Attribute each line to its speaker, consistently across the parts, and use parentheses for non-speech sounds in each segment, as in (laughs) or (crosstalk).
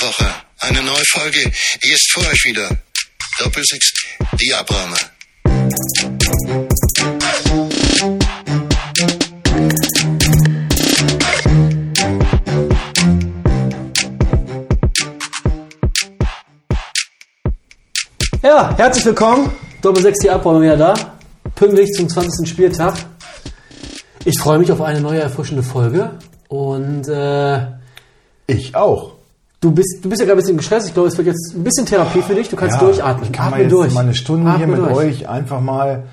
Speaker 1: Woche eine neue Folge. Hier ist für euch wieder Doppelsechs Diabrahmer.
Speaker 2: Ja, herzlich willkommen. Doppel 6 die Abräume wieder da. Pünktlich zum 20. Spieltag. Ich freue mich auf eine neue erfrischende Folge. Und äh,
Speaker 3: Ich auch.
Speaker 2: du bist du bist ja gerade ein bisschen gestresst. Ich glaube, es wird jetzt ein bisschen Therapie für dich. Du kannst durchatmen.
Speaker 3: Ich kann
Speaker 2: Atme
Speaker 3: mal jetzt
Speaker 2: durch.
Speaker 3: mal eine Stunde
Speaker 2: Atme
Speaker 3: hier mit
Speaker 2: durch.
Speaker 3: euch einfach mal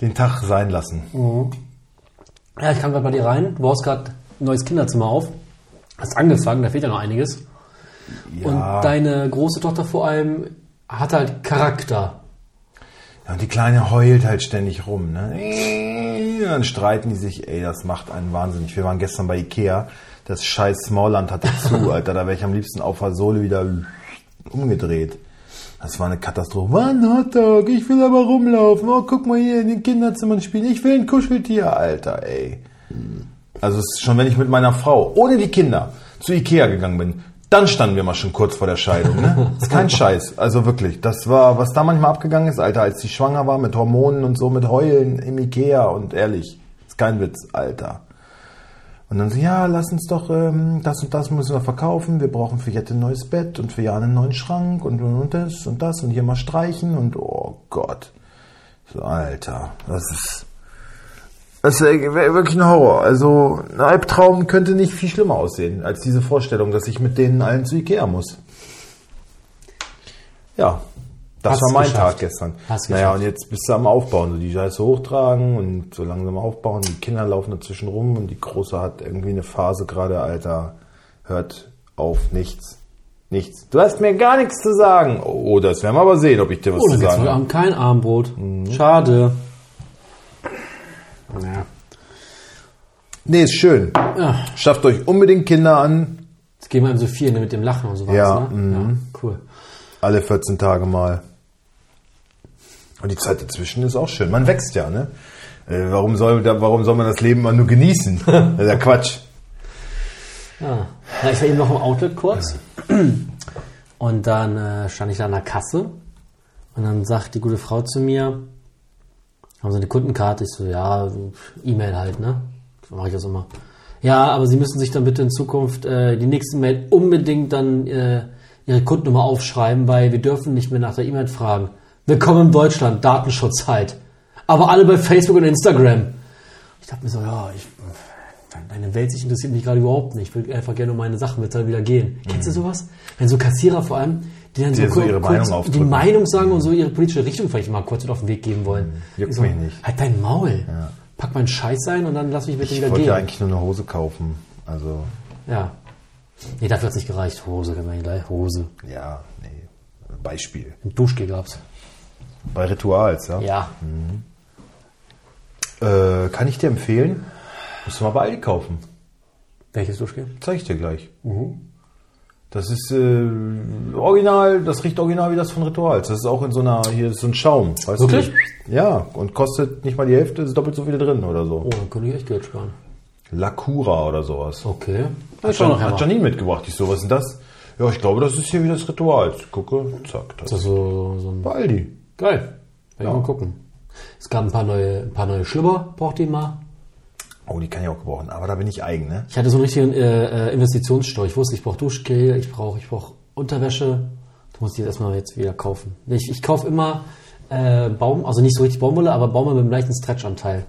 Speaker 3: den Tag sein lassen.
Speaker 2: Ja, ich kam gerade bei dir rein. Du baust gerade ein neues Kinderzimmer auf. Hast angefangen, da fehlt ja noch einiges.
Speaker 3: Ja.
Speaker 2: Und deine große Tochter vor allem hat halt Charakter.
Speaker 3: Ja, und die Kleine heult halt ständig rum. Ne? Dann streiten die sich. Ey, das macht einen wahnsinnig. Wir waren gestern bei Ikea. Das scheiß Smallland hatte
Speaker 2: (laughs)
Speaker 3: zu, Alter. Da wäre ich am liebsten auf der Sohle wieder umgedreht. Das war eine Katastrophe. Mann, Hotdog, ich will aber rumlaufen. Oh, guck mal hier in den Kinderzimmern spielen. Ich will ein Kuscheltier, Alter, ey. Also es ist schon, wenn ich mit meiner Frau ohne die Kinder zu Ikea gegangen bin, dann standen wir mal schon kurz vor der Scheidung. Ne? Ist kein Scheiß. Also wirklich, das war, was da manchmal abgegangen ist, Alter, als die schwanger war mit Hormonen und so, mit Heulen im Ikea und ehrlich, ist kein Witz, Alter. Und dann so, ja, lass uns doch, ähm, das und das müssen wir verkaufen. Wir brauchen für Jette ein neues Bett und für Jan einen neuen Schrank und, und, und das und das und hier mal streichen und oh Gott. So, Alter, das ist, das wäre wirklich ein Horror. Also ein Albtraum könnte nicht viel schlimmer aussehen als diese Vorstellung, dass ich mit denen allen zu Ikea muss. Ja, das
Speaker 2: Hast
Speaker 3: war mein
Speaker 2: geschafft.
Speaker 3: Tag gestern.
Speaker 2: Hast
Speaker 3: naja,
Speaker 2: geschafft.
Speaker 3: und jetzt bist du am Aufbauen. So die Scheiße hochtragen und so langsam aufbauen. Die Kinder laufen dazwischen rum und die Große hat irgendwie eine Phase gerade, Alter, hört auf nichts. Nichts. Du hast mir gar nichts zu sagen. Oh, das werden wir aber sehen, ob ich dir was
Speaker 2: Oh,
Speaker 3: zu
Speaker 2: dann gibt's
Speaker 3: sagen Mhm.
Speaker 2: heute
Speaker 3: habe.
Speaker 2: Abend kein Armbrot. Schade. Naja.
Speaker 3: Nee, ist schön.
Speaker 2: Ja.
Speaker 3: Schafft euch unbedingt Kinder an.
Speaker 2: Jetzt gehen wir einem so viel ne, mit dem Lachen und so weiter.
Speaker 3: Ja,
Speaker 2: ne? ja cool.
Speaker 3: Alle 14 Tage mal. Und die Zeit dazwischen ist auch schön. Man wächst ja, ne? Äh, warum, soll, da- warum soll man das Leben immer nur (laughs) genießen? Das ist ja Quatsch.
Speaker 2: Ja. Na, ich war eben noch im Outlet kurz. Und dann äh, stand ich da an der Kasse. Und dann sagt die gute Frau zu mir, haben Sie eine Kundenkarte? Ich so, ja, E-Mail halt, ne? So mache ich das immer. Ja, aber Sie müssen sich dann bitte in Zukunft äh, die nächste Mail unbedingt dann äh, Ihre Kundennummer aufschreiben, weil wir dürfen nicht mehr nach der E-Mail fragen. Willkommen in Deutschland, Datenschutz halt. Aber alle bei Facebook und Instagram. Ich dachte mir so, ja, ich, deine Welt sich interessiert mich gerade überhaupt nicht. Ich will einfach gerne um meine Sachen mit wieder gehen. Kennst du sowas? Wenn so Kassierer vor allem, die dann
Speaker 3: Mhm. Die so
Speaker 2: kur-
Speaker 3: ihre
Speaker 2: kurz
Speaker 3: Meinung
Speaker 2: die
Speaker 3: aufdrücken.
Speaker 2: Meinung sagen und so ihre politische Richtung vielleicht mal kurz mit auf den Weg geben wollen.
Speaker 3: Mhm. Juckt
Speaker 2: Ich so,
Speaker 3: mich nicht.
Speaker 2: Halt dein Maul. Pack meinen Scheiß ein und dann lass mich mit dem
Speaker 3: Ich
Speaker 2: wieder
Speaker 3: wollte
Speaker 2: gehen.
Speaker 3: ja eigentlich nur eine Hose kaufen. Also,
Speaker 2: Ja. Nee, dafür hat's nicht gereicht. Hose, können wir gleich. Hose.
Speaker 3: ja, nee. Beispiel.
Speaker 2: Ein Duschgel gab's.
Speaker 3: Bei Rituals, ja?
Speaker 2: Ja.
Speaker 3: Äh, kann ich dir empfehlen? Musst du mal bei Aldi kaufen.
Speaker 2: Welches Duschgel?
Speaker 3: Zeig ich dir gleich. Mhm. Das ist äh, original, das riecht original wie das von Rituals. Das ist auch in so einer, hier ist so ein Schaum. Weißt
Speaker 2: Wirklich?
Speaker 3: Du? Ja, und kostet nicht mal die Hälfte, ist doppelt so viel drin oder so.
Speaker 2: Oh, dann könnte ich echt Geld sparen.
Speaker 3: Lacura oder sowas.
Speaker 2: Okay.
Speaker 3: Hat,
Speaker 2: Ich schau
Speaker 3: Jan,
Speaker 2: noch
Speaker 3: hat
Speaker 2: einmal.
Speaker 3: Janine mitgebracht. Ich so, was ist denn das? Ja, ich glaube, das ist hier wie das Ritual. Ich gucke, zack, das
Speaker 2: Das ist so, so ein
Speaker 3: bei Aldi.
Speaker 2: Geil. Werde ich mal gucken. Es gab ein paar neue, ein paar neue Schlüpper, braucht ihr mal.
Speaker 3: Oh, die kann ich auch gebrauchen, aber da bin ich eigen, ne?
Speaker 2: Ich hatte so einen richtigen äh, äh, Investitionsstau. Ich wusste, ich brauche Duschgel, ich brauche ich brauch Unterwäsche. Da muss ich jetzt erstmal jetzt wieder kaufen. Ich, ich kaufe immer äh, Baum, also nicht so richtig Baumwolle, aber Baumwolle mit einem leichten Stretchanteil.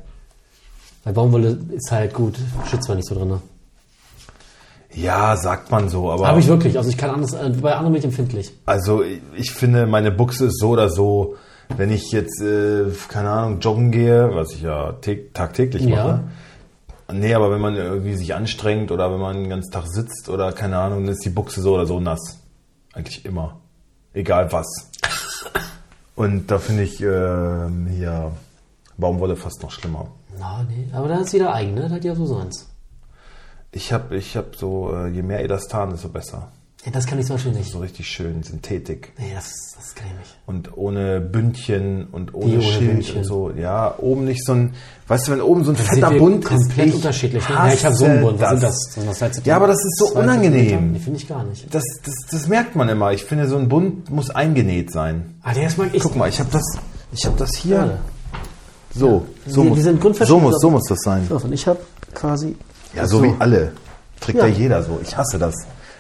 Speaker 2: Weil Baumwolle ist halt gut, schützt man nicht so drin. Ne?
Speaker 3: Ja, sagt man so, aber.
Speaker 2: Habe ich wirklich, also ich kann anders, äh, bei anderen bin ich empfindlich.
Speaker 3: Also ich finde, meine Buchse ist so oder so, wenn ich jetzt, äh, keine Ahnung, joggen gehe, was ich ja tä- tagtäglich
Speaker 2: Ja.
Speaker 3: mache. Nee, aber wenn man irgendwie sich anstrengt oder wenn man den ganzen Tag sitzt oder keine Ahnung, dann ist die Buchse so oder so nass. Eigentlich immer. Egal was. Und da finde ich ähm, hier Baumwolle fast noch schlimmer.
Speaker 2: Na, nee, aber da ist jeder eigen, ne? Da hat ja so seins.
Speaker 3: Ich habe ich hab so, äh, je mehr Elastan, desto besser.
Speaker 2: Ja, das kann ich zum Beispiel nicht.
Speaker 3: So richtig schön, Synthetik.
Speaker 2: Nee, das, das kann ich nicht.
Speaker 3: Und ohne Bündchen und ohne
Speaker 2: ohne
Speaker 3: Schild
Speaker 2: Bündchen.
Speaker 3: und so. Ja, oben nicht so ein, weißt du, wenn oben so ein
Speaker 2: sind
Speaker 3: fetter
Speaker 2: wir
Speaker 3: Bund ist.
Speaker 2: komplett
Speaker 3: ich
Speaker 2: unterschiedlich, ne? Ja, ich hab so einen
Speaker 3: hasse
Speaker 2: Bund. Was sind das? Das sind das letzte
Speaker 3: ja, aber das ist so
Speaker 2: Zwei Zentimeter. Nee,
Speaker 3: unangenehm.
Speaker 2: finde ich gar nicht.
Speaker 3: Das, das, das merkt man immer. Ich finde, so ein Bund muss eingenäht sein.
Speaker 2: Ah, der ist mal ich.
Speaker 3: Guck mal, ich habe das, ich habe das hier.
Speaker 2: Schade.
Speaker 3: So, so,
Speaker 4: Wir-
Speaker 3: muss,
Speaker 4: wir sind grundverschieden,
Speaker 3: so muss, so
Speaker 4: aber-
Speaker 3: muss das sein.
Speaker 4: So, und ich habe quasi.
Speaker 3: Ja, so, wie alle. Trägt ja.
Speaker 4: Ja.
Speaker 3: jeder so. Ich hasse das.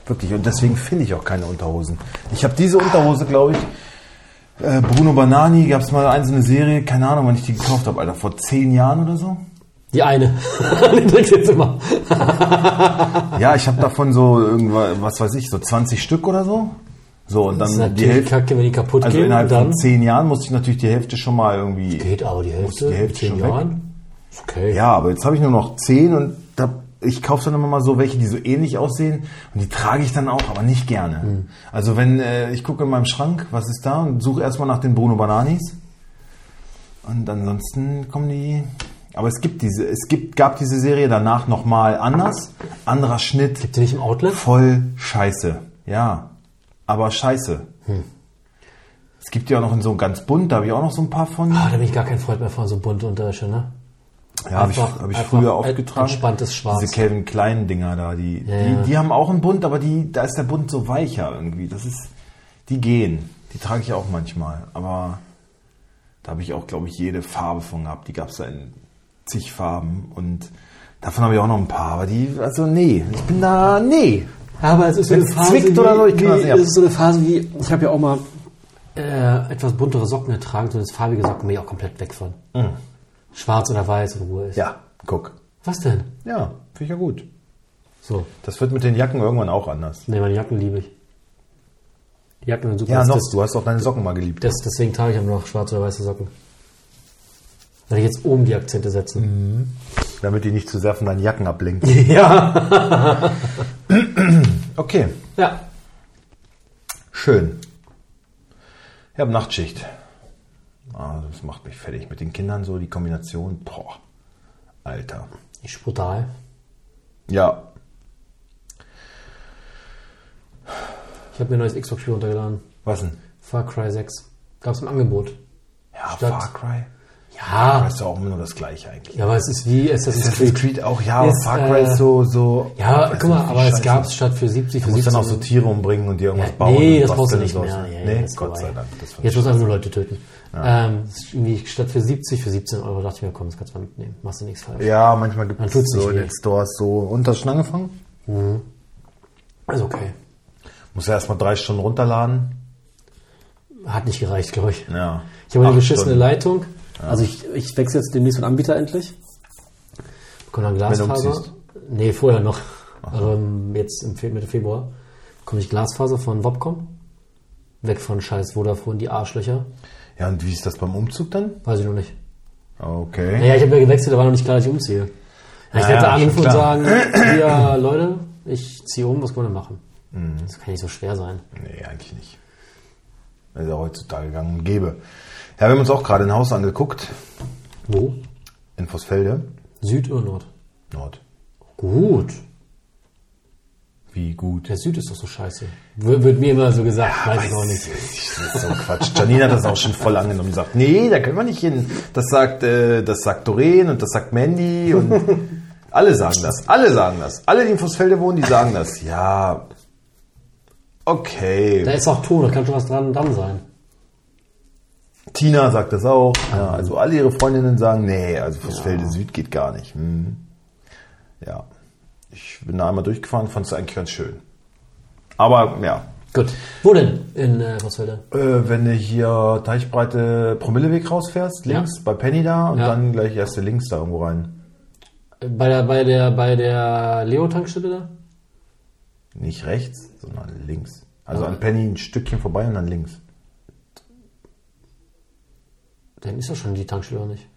Speaker 3: Wirklich. Und deswegen finde ich auch keine Unterhosen. Ich habe diese Unterhose, glaube ich. äh, Bruno Banani gab es mal eine einzelne Serie, keine Ahnung, wann ich die gekauft habe, Alter, vor zehn Jahren oder so.
Speaker 2: Die eine. (laughs) die trägst du jetzt immer.
Speaker 3: Ja, ich habe davon so irgendwas, was weiß ich, so 20 Stück oder so. So und
Speaker 2: Das (laughs) ist
Speaker 3: dann ähm, die
Speaker 2: natürlich
Speaker 3: Hälfte.
Speaker 2: kacke, wenn die kaputt
Speaker 3: Also
Speaker 2: gehen.
Speaker 3: innerhalb
Speaker 2: dann
Speaker 3: von zehn Jahren musste ich natürlich die Hälfte schon mal irgendwie.
Speaker 2: geht aber die Hälfte.
Speaker 3: die Hälfte
Speaker 2: in zehn
Speaker 3: schon weg.
Speaker 2: Jahren. Ist okay.
Speaker 3: Ja, aber jetzt habe ich nur noch 10 und da, ich kaufe dann immer mal so welche, die so ähnlich aussehen und die trage ich dann auch, aber nicht gerne. Also wenn äh, ich gucke in meinem Schrank, was ist da und suche erstmal nach den Bruno Bananis und ansonsten kommen die... Aber es gibt diese, es gibt, gab diese Serie danach nochmal anders, anderer Schnitt,
Speaker 2: Gibt die nicht im Outlet?
Speaker 3: voll scheiße. Ja, aber scheiße. Es gibt ja auch noch in so ganz bunt, da habe ich auch noch so ein paar von.
Speaker 2: Ah, da bin ich gar kein Freund mehr von so bunte Unterwäsche, ne?
Speaker 3: Ja, habe ich,
Speaker 2: Einfach-
Speaker 3: hab ich
Speaker 2: einfach
Speaker 3: früher oft getragen.
Speaker 2: entspanntes Schwarz.
Speaker 3: Diese Calvin Klein Dinger da, die,
Speaker 2: Ja.
Speaker 3: die, die haben auch einen Bund, aber die, da ist der Bund so weicher irgendwie. Das ist, die gehen. Die trage ich auch manchmal. Aber da habe ich auch, glaube ich, jede Farbe von gehabt. Die gab es da in zig Farben und davon habe ich auch noch ein paar. Aber die, also nee, ich bin da, nee.
Speaker 2: Aber es ist so
Speaker 3: Wenn's zwickt oder so, ich kann
Speaker 2: wie,
Speaker 3: das nicht ab.
Speaker 2: es ist so eine Phase wie, ich habe ja auch mal äh, etwas buntere Socken getragen, so das farbige Socken bin ich auch komplett weg von. Schwarz oder weiß in Ruhe ist.
Speaker 3: Mhm. Ja, guck.
Speaker 2: Was denn?
Speaker 3: Ja, finde ich ja gut.
Speaker 2: So,
Speaker 3: Das wird mit den Jacken irgendwann auch anders.
Speaker 2: ne, meine Jacken liebe ich. Die Jacken sind super.
Speaker 3: Ja,
Speaker 2: Das-
Speaker 3: noch,
Speaker 2: das-
Speaker 3: du hast auch deine Socken mal geliebt.
Speaker 2: Das, deswegen trage ich aber noch schwarz oder weiße Socken. Weil ich jetzt oben die Akzente setze.
Speaker 3: Mhm. Damit die nicht zu sehr von deinen Jacken ablenken.
Speaker 2: (laughs) Ja.
Speaker 3: (clears throat) Okay.
Speaker 2: Ja.
Speaker 3: Schön. Ich habe Nachtschicht. Also das macht mich fertig. Mit den Kindern so die Kombination. Boah. Alter.
Speaker 2: Ist brutal.
Speaker 3: Ja.
Speaker 2: Ich habe mir ein neues Xbox-Spiel runtergeladen.
Speaker 3: Was denn?
Speaker 2: Far Cry 6. Gab's im Angebot.
Speaker 3: Ja,
Speaker 2: Statt-
Speaker 3: Far Cry.
Speaker 2: Ja.
Speaker 3: Weißt du auch immer nur das gleiche eigentlich.
Speaker 2: Ja, aber es ist wie Assassin's
Speaker 3: Assassin's
Speaker 2: Creed.
Speaker 3: Creed auch, ja,
Speaker 2: Ist,
Speaker 3: Far Cry
Speaker 2: äh,
Speaker 3: ist so, so.
Speaker 2: Ja,
Speaker 3: weiß
Speaker 2: guck mal,
Speaker 3: nicht,
Speaker 2: aber es
Speaker 3: scheiße.
Speaker 2: gab's statt für 70, für
Speaker 3: Du musst
Speaker 2: 70.
Speaker 3: dann auch so Tiere umbringen und dir irgendwas
Speaker 2: ja,
Speaker 3: bauen.
Speaker 2: nee,
Speaker 3: und
Speaker 2: das brauchst du
Speaker 3: basteln
Speaker 2: nicht
Speaker 3: und
Speaker 2: mehr.
Speaker 3: sowas.
Speaker 2: Ja, ja,
Speaker 3: nee,
Speaker 2: das ist
Speaker 3: Gott sei
Speaker 2: vorbei.
Speaker 3: Dank. Das fand
Speaker 2: Jetzt
Speaker 3: ich-
Speaker 2: muss einfach nur Leute töten. Ähm, es ist irgendwie statt für 70, für 17 Euro dachte ich mir, komm, das kannst du mal mitnehmen. Machst du nichts falsch.
Speaker 3: ja, manchmal gibt
Speaker 2: Dann
Speaker 3: es
Speaker 2: tut's nicht
Speaker 3: so in
Speaker 2: weh.
Speaker 3: den Stores so unter schon angefangen.
Speaker 2: Ist okay.
Speaker 3: Muss ja erstmal drei Stunden runterladen.
Speaker 2: Hat nicht gereicht, glaube ich.
Speaker 3: Ja.
Speaker 2: Ich habe eine
Speaker 3: Acht
Speaker 2: beschissene
Speaker 3: Stunden.
Speaker 2: Leitung. Also ich, ich wechsle jetzt demnächst den Anbieter endlich. Bekomme dann
Speaker 3: du
Speaker 2: Glasfaser.
Speaker 3: umziehst.
Speaker 2: Nee, vorher noch. Also ähm, jetzt im Fe Mitte Februar bekomme ich Glasfaser von Wobcom. Weg von scheiß Vodafone, die Arschlöcher.
Speaker 3: Ja, und wie ist das beim Umzug dann?
Speaker 2: Weiß ich noch nicht.
Speaker 3: Okay.
Speaker 2: Naja, ich habe ja gewechselt, da war noch nicht klar, dass ich umziehe. Ja, ich
Speaker 3: Ja,
Speaker 2: hätte
Speaker 3: schon
Speaker 2: anrufen und
Speaker 3: klar.
Speaker 2: sagen, ja, Leute, ich ziehe um, was wollen wir machen?
Speaker 3: Mhm.
Speaker 2: Das kann nicht so schwer sein.
Speaker 3: Nee, eigentlich nicht. Ist ja heutzutage gang und gäbe. Ja, wir haben uns auch gerade ein Haus angeguckt.
Speaker 2: Wo?
Speaker 3: In Vossfelde.
Speaker 2: Süd oder Nord?
Speaker 3: Nord.
Speaker 2: Gut.
Speaker 3: Wie gut.
Speaker 2: Der Süd ist doch so scheiße. Wird, wird mir immer so gesagt, weiß ich auch nicht.
Speaker 3: (laughs) Das ist so Quatsch. Janine hat das auch schon voll angenommen und sagt, nee, da können wir nicht hin. Das sagt, äh, das sagt Doreen und das sagt Mandy (laughs) und alle sagen das. Alle sagen das. Alle, die in Vossfelde wohnen, die sagen das. Ja.
Speaker 2: Da
Speaker 3: Okay.
Speaker 2: ist auch Ton, da kann schon was dran, dran sein.
Speaker 3: Tina sagt das auch. Ja, also alle ihre Freundinnen sagen, nee, also Vossfelde Süd geht gar nicht. Hm. Ja. Ich bin da einmal durchgefahren, fand es eigentlich ganz schön. Aber ja,
Speaker 2: Gut. Wo denn? In äh, Rosswelle.
Speaker 3: Äh, wenn du hier Teichbreite Promilleweg rausfährst,
Speaker 2: Ja.
Speaker 3: links bei Penny da und
Speaker 2: Ja.
Speaker 3: dann gleich erste links da irgendwo rein.
Speaker 2: Bei der, bei der, bei der Leo-Tankstelle da?
Speaker 3: Nicht rechts, sondern links. Also an Penny ein Stückchen vorbei und dann links.
Speaker 2: Dann ist ja schon die Tankstelle oder nicht?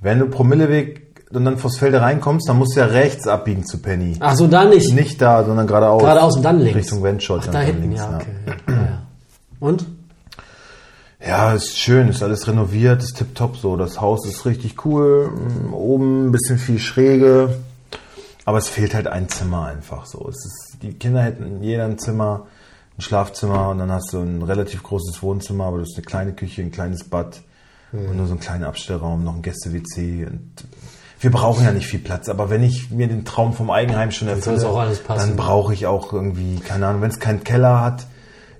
Speaker 3: Wenn du Promilleweg und dann Vossfelde reinkommst, dann musst du ja rechts abbiegen zu Penny.
Speaker 2: Ach so, da nicht.
Speaker 3: Nicht da, sondern Ah, geradeaus.
Speaker 2: Geradeaus und dann links.
Speaker 3: Richtung Wendschott.
Speaker 2: Ach,
Speaker 3: dann
Speaker 2: da
Speaker 3: dann
Speaker 2: hinten,
Speaker 3: links,
Speaker 2: ja, okay. Ja. Ah, Ja, ja. Und?
Speaker 3: Ja, ist schön, ist alles renoviert, ist tipptopp so. Das Haus ist richtig cool. mm, Oben ein bisschen viel Schräge. Aber es fehlt halt ein Zimmer einfach so. Es ist, die Kinder hätten jeder ein Zimmer, ein Schlafzimmer und dann hast du ein relativ großes Wohnzimmer, aber du hast eine kleine Küche, ein kleines Bad
Speaker 2: Hm.
Speaker 3: und nur so einen kleinen Abstellraum, noch ein Gäste-WC und wir brauchen ja nicht viel Platz, aber wenn ich mir den Traum vom Eigenheim schon
Speaker 2: soll
Speaker 3: erfülle,
Speaker 2: es auch alles passen.
Speaker 3: dann brauche ich auch irgendwie, keine Ahnung, wenn es keinen Keller hat,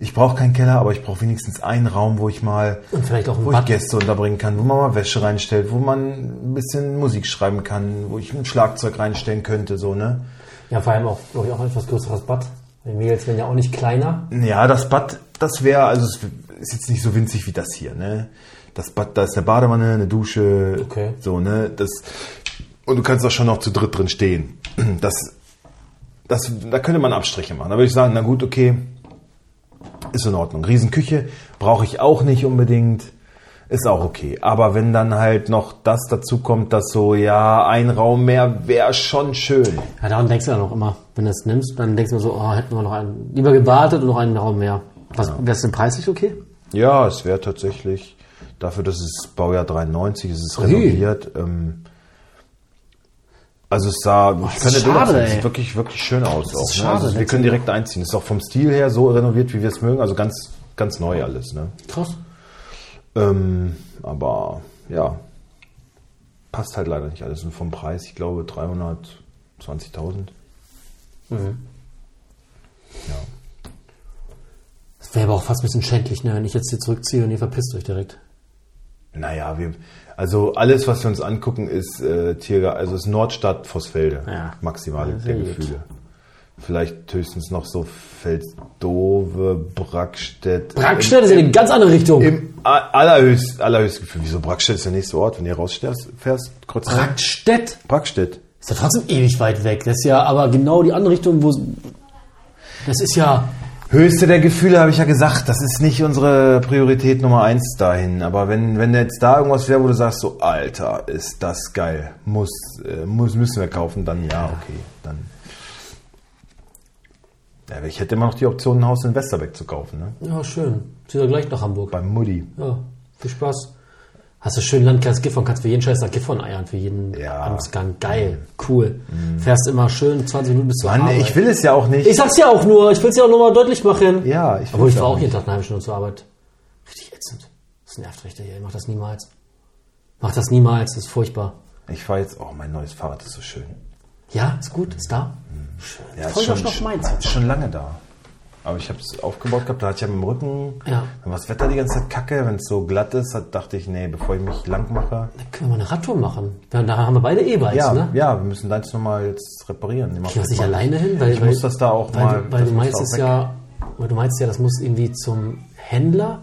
Speaker 3: ich brauche keinen Keller, aber ich brauche wenigstens einen Raum, wo ich mal
Speaker 2: Und vielleicht auch ein
Speaker 3: wo
Speaker 2: Bad.
Speaker 3: ich Gäste unterbringen kann, wo man mal Wäsche reinstellt, wo man ein bisschen Musik schreiben kann, wo ich ein Schlagzeug reinstellen könnte, so, ne?
Speaker 2: Ja, vor allem auch, glaube ich, auch ein etwas größeres Bad. Die Mädels werden ja auch nicht kleiner.
Speaker 3: Ja, das Bad, das wäre, also es ist jetzt nicht so winzig wie das hier, ne? Das Bad, da ist eine Badewanne, eine Dusche,
Speaker 2: Okay.
Speaker 3: so, ne? Das, und du kannst auch schon noch zu dritt drin stehen. (clears throat) Das, das, da könnte man Abstriche machen. Da würde ich sagen, na gut, okay, ist in Ordnung. Riesenküche brauche ich auch nicht unbedingt. Ist auch okay. Aber wenn dann halt noch das dazu kommt, dass so, ja, ein Raum mehr wäre schon schön.
Speaker 2: Ja, daran denkst du dann auch immer. Wenn du es nimmst, dann denkst du immer so, oh, hätten wir noch einen, lieber gewartet und noch einen Raum mehr. Was, wäre es denn preislich okay?
Speaker 3: Ja, es wäre tatsächlich dafür, dass es Baujahr 93 ist, es ist renoviert. Ähm, also es sah, ich
Speaker 2: das
Speaker 3: kann dir
Speaker 2: ist
Speaker 3: Bilder
Speaker 2: schade,
Speaker 3: zeigen, es sieht
Speaker 2: ey.
Speaker 3: wirklich, wirklich schön aus. Auch, ne?
Speaker 2: schade,
Speaker 3: also wir
Speaker 2: letztes
Speaker 3: können direkt einziehen. Ist auch vom Stil her so renoviert, wie wir es mögen. Also ganz, ganz neu alles. Ne?
Speaker 2: Krass.
Speaker 3: Ähm, aber ja, passt halt leider nicht alles. Und vom Preis, ich glaube, 320.000. Ja.
Speaker 2: Das wäre aber auch fast ein bisschen schändlich, ne? wenn ich jetzt hier zurückziehe und ihr verpisst euch direkt.
Speaker 3: Naja, wir, also alles, was wir uns angucken, ist äh, Tiergarten, also ist Nordstadt Vossfelde.
Speaker 2: Ja.
Speaker 3: Maximale
Speaker 2: Ja, sehr
Speaker 3: der
Speaker 2: gut.
Speaker 3: Gefühle. Vielleicht höchstens noch so Felsdove, Brackstedt.
Speaker 2: Brackstedt ist in eine ganz andere Richtung.
Speaker 3: Im, im a- allerhöchst, allerhöchst Gefühl. Wieso Brackstedt ist der nächste Ort, wenn ihr rausfährst, fährst, kurz
Speaker 2: Brackstedt
Speaker 3: Brackstedt.
Speaker 2: ist ja trotzdem ewig weit weg. Das ist ja aber genau die andere Richtung, wo. Das ist ja.
Speaker 3: Höchste der Gefühle, habe ich ja gesagt. Das ist nicht unsere Priorität Nummer eins dahin. Aber wenn, wenn jetzt da irgendwas wäre, wo du sagst, so, Alter, ist das geil. Muss, äh, muss, müssen wir kaufen, dann ja, okay. Dann. Ja, aber ich hätte immer noch die Option, ein Haus in Westerbeck zu kaufen, ne?
Speaker 2: Ja, schön. Zieht doch gleich nach Hamburg.
Speaker 3: Beim Mutti.
Speaker 2: Ja, viel Spaß. Hast du schön Landkreis Gifhorn, kannst für jeden Scheiß nach Gifhorn eiern, für jeden
Speaker 3: Ja. Mhm.
Speaker 2: Amtsgang. Geil, cool. Fährst immer schön 20 Minuten bis zur
Speaker 3: Mann,
Speaker 2: Arbeit.
Speaker 3: ich will es ja auch nicht.
Speaker 2: ich sag's ja auch nur, ich will's ja auch nur mal deutlich machen.
Speaker 3: Ja, ich
Speaker 2: Obwohl
Speaker 3: will's
Speaker 2: ich fahre
Speaker 3: auch
Speaker 2: auch
Speaker 3: nicht.
Speaker 2: jeden Tag eine halbe Stunde zur Arbeit. Richtig ätzend. Das nervt richtig, ey. Mach das niemals. Mach das niemals, das ist furchtbar.
Speaker 3: Ich fahre jetzt, oh, mein neues Fahrrad ist so schön.
Speaker 2: Ja, ist gut, ist da. Schön.
Speaker 3: Ja,
Speaker 2: Voll das noch meins.
Speaker 3: ist schon lange da. Aber ich habe es aufgebaut gehabt, da hatte ich ja mit dem Rücken.
Speaker 2: Ja.
Speaker 3: Dann war das Wetter die ganze Zeit kacke. Wenn es so glatt ist, hat- dachte ich, nee, bevor ich mich lang mache,
Speaker 2: Dann können wir eine Radtour machen. Da da haben wir beide E-Bikes,
Speaker 3: Ja,
Speaker 2: ne?
Speaker 3: ja, wir müssen deins nochmal jetzt reparieren. Ich
Speaker 2: Ich muss nicht alleine hin, weil,
Speaker 3: ich
Speaker 2: weil
Speaker 3: muss das da auch
Speaker 2: weil,
Speaker 3: mal.
Speaker 2: Weil
Speaker 3: das
Speaker 2: du
Speaker 3: muss
Speaker 2: meinst
Speaker 3: da auch
Speaker 2: es
Speaker 3: weg.
Speaker 2: ja, weil du meinst ja, das muss irgendwie zum Händler.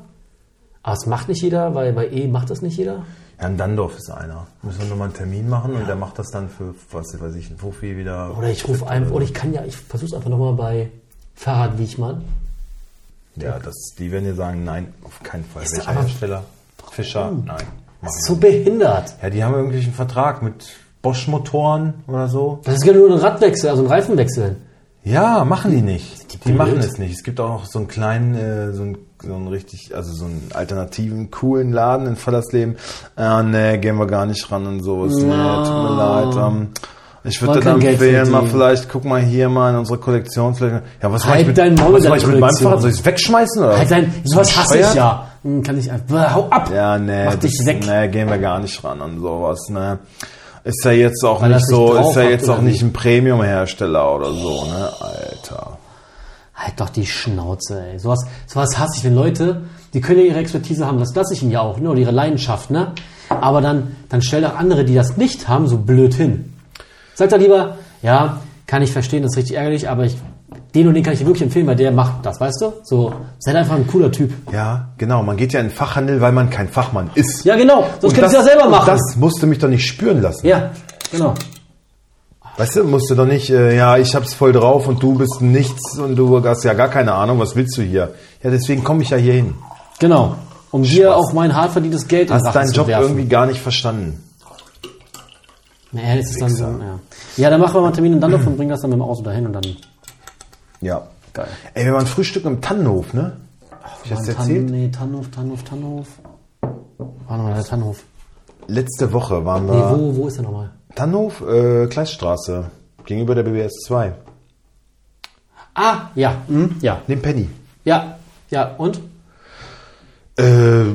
Speaker 2: Aber es macht nicht jeder, weil bei E macht das nicht jeder.
Speaker 3: Herrn Dandorf ist einer. Müssen wir nochmal einen Termin machen und der macht das dann für, was weiß ich, ein Fuffi wieder.
Speaker 2: Oder ich rufe einfach, oder ich kann ja, ich versuch's einfach nochmal bei Fahrrad Wichmann.
Speaker 3: Ja, das, die werden dir sagen, nein, auf keinen Fall.
Speaker 2: Ist
Speaker 3: Welcher
Speaker 2: aber-
Speaker 3: Hersteller? Fischer? Nein.
Speaker 2: Das ist so behindert.
Speaker 3: Ja, die haben irgendwie einen Vertrag mit Bosch-Motoren oder so.
Speaker 2: Das ist ja nur ein Radwechsel, also ein Reifenwechsel.
Speaker 3: Ja, machen die nicht. Die,
Speaker 2: blöd?
Speaker 3: machen es nicht. Es gibt auch noch so einen kleinen, äh, so, einen, so einen richtig, also so einen alternativen, coolen Laden in Fallersleben. Ah, nee, gehen wir gar nicht ran und so. Ist nee, tut mir leid. Ähm, ich
Speaker 2: Man
Speaker 3: würde dir
Speaker 2: kann
Speaker 3: dann
Speaker 2: Geld
Speaker 3: empfehlen, mal
Speaker 2: verdienen.
Speaker 3: vielleicht, guck mal hier mal in unsere Kollektion. Vielleicht, ja, was mache
Speaker 2: Halt
Speaker 3: ich mit,
Speaker 2: dein Maul
Speaker 3: was
Speaker 2: mit
Speaker 3: mach
Speaker 2: deiner
Speaker 3: ich mit meinem
Speaker 2: Kollektion.
Speaker 3: Fahrrad? Soll ich es wegschmeißen? Oder?
Speaker 2: Halt dein,
Speaker 3: Bist du
Speaker 2: sowas hasse ich
Speaker 3: bescheuert?
Speaker 2: ja. Hm, Kann ich einfach, hau ab.
Speaker 3: Ja, nee.
Speaker 2: Mach dich
Speaker 3: das-
Speaker 2: weg.
Speaker 3: Nee, gehen wir gar nicht ran an sowas, ne. Ist ja jetzt auch
Speaker 2: Weil
Speaker 3: nicht
Speaker 2: das nicht
Speaker 3: so,
Speaker 2: drauf
Speaker 3: ist ja
Speaker 2: hat,
Speaker 3: jetzt
Speaker 2: oder
Speaker 3: auch
Speaker 2: wie?
Speaker 3: nicht ein Premium-Hersteller oder so, ne, Alter.
Speaker 2: Halt doch die Schnauze, ey. Sowas, sowas hasse ich, wenn Leute, die können ja ihre Expertise haben, das lasse ich ihnen ja auch, ne? Oder ihre Leidenschaft, ne? Aber dann, dann stell doch andere, die das nicht haben, so blöd hin. Sag doch lieber, ja, kann ich verstehen, das ist richtig ärgerlich, aber ich, den und den kann ich dir wirklich empfehlen, weil der macht das, weißt du? So, sei einfach ein cooler Typ.
Speaker 3: Ja, genau. Man geht ja in den Fachhandel, weil man kein Fachmann ist.
Speaker 2: Ja, genau, sonst
Speaker 3: Und
Speaker 2: könntest du ja selber
Speaker 3: und
Speaker 2: machen.
Speaker 3: Das musst du mich doch nicht spüren lassen.
Speaker 2: Ja, genau.
Speaker 3: Weißt du, musst du doch nicht, äh, ja, ich hab's voll drauf und du bist nichts und du hast ja gar keine Ahnung, was willst du hier? Ja, deswegen komme ich ja hier hin.
Speaker 2: Genau. Um dir auch mein hart verdientes Geld in
Speaker 3: Hast
Speaker 2: Rachen
Speaker 3: deinen
Speaker 2: zu
Speaker 3: Job
Speaker 2: werfen.
Speaker 3: irgendwie gar nicht verstanden.
Speaker 2: Naja, das ist dann so, ja. Ja, dann machen wir mal einen Termin in Dandorf und bringen das dann mit dem Auto dahin und dann.
Speaker 3: Ja. Geil. Ey, wir waren Frühstück im Tannenhof, ne? Hab ich das
Speaker 2: Mann, Tann,
Speaker 3: erzählt?
Speaker 2: nee, Tannhof, Tannhof, Tannhof. Warte mal, der Tannhof.
Speaker 3: Ah. Letzte Woche waren
Speaker 2: Nee,
Speaker 3: wir.
Speaker 2: wo, wo ist der nochmal?
Speaker 3: Tannenhof, äh, Kleiststraße. Gegenüber der BBS 2.
Speaker 2: Ah, ja, hm, ja,
Speaker 3: Dem Penny.
Speaker 2: ja, ja, und?
Speaker 3: Äh,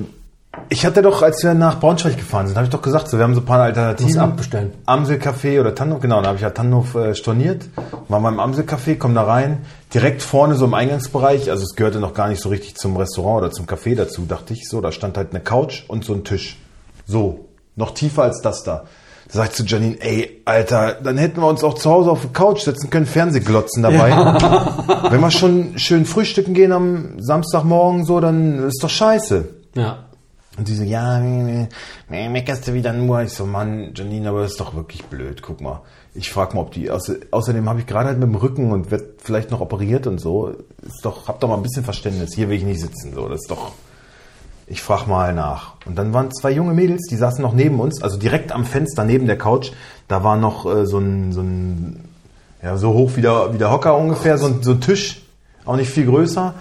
Speaker 3: ich hatte doch, als wir nach Braunschweig gefahren sind, habe ich doch gesagt, so, wir haben so ein paar Alternativen.
Speaker 2: Muss abbestellen.
Speaker 3: Amselcafé oder Tannhof, genau, da habe ich ja Tannhof äh, storniert, war mal im Amselcafé, komm da rein, direkt vorne so im Eingangsbereich, also es gehörte noch gar nicht so richtig zum Restaurant oder zum Café dazu, dachte ich so, da stand halt eine Couch und so ein Tisch. So, noch tiefer als das da. Da sag ich zu Janine, ey, Alter, dann hätten wir uns auch zu Hause auf die Couch setzen können, Fernsehglotzen dabei. Wenn wir schon schön frühstücken gehen am Samstagmorgen so, dann ist doch scheiße.
Speaker 2: Ja.
Speaker 3: Und sie so, ja, me- me- meckerst du wieder nur. Ich so, Mann, Janine, aber das ist doch wirklich blöd, guck mal. Ich frag mal, ob die, außer, außerdem habe ich gerade halt mit dem Rücken und werd vielleicht noch operiert und so. Ist doch, hab doch mal ein bisschen Verständnis. Hier will ich nicht sitzen, so. Das ist doch, ich frag mal nach. Und dann waren zwei junge Mädels, die saßen noch neben uns, also direkt am Fenster neben der Couch. Da war noch äh, so ein, so ein, ja, so hoch wie der, wie der Hocker ungefähr, so ein, so ein Tisch, auch nicht viel größer.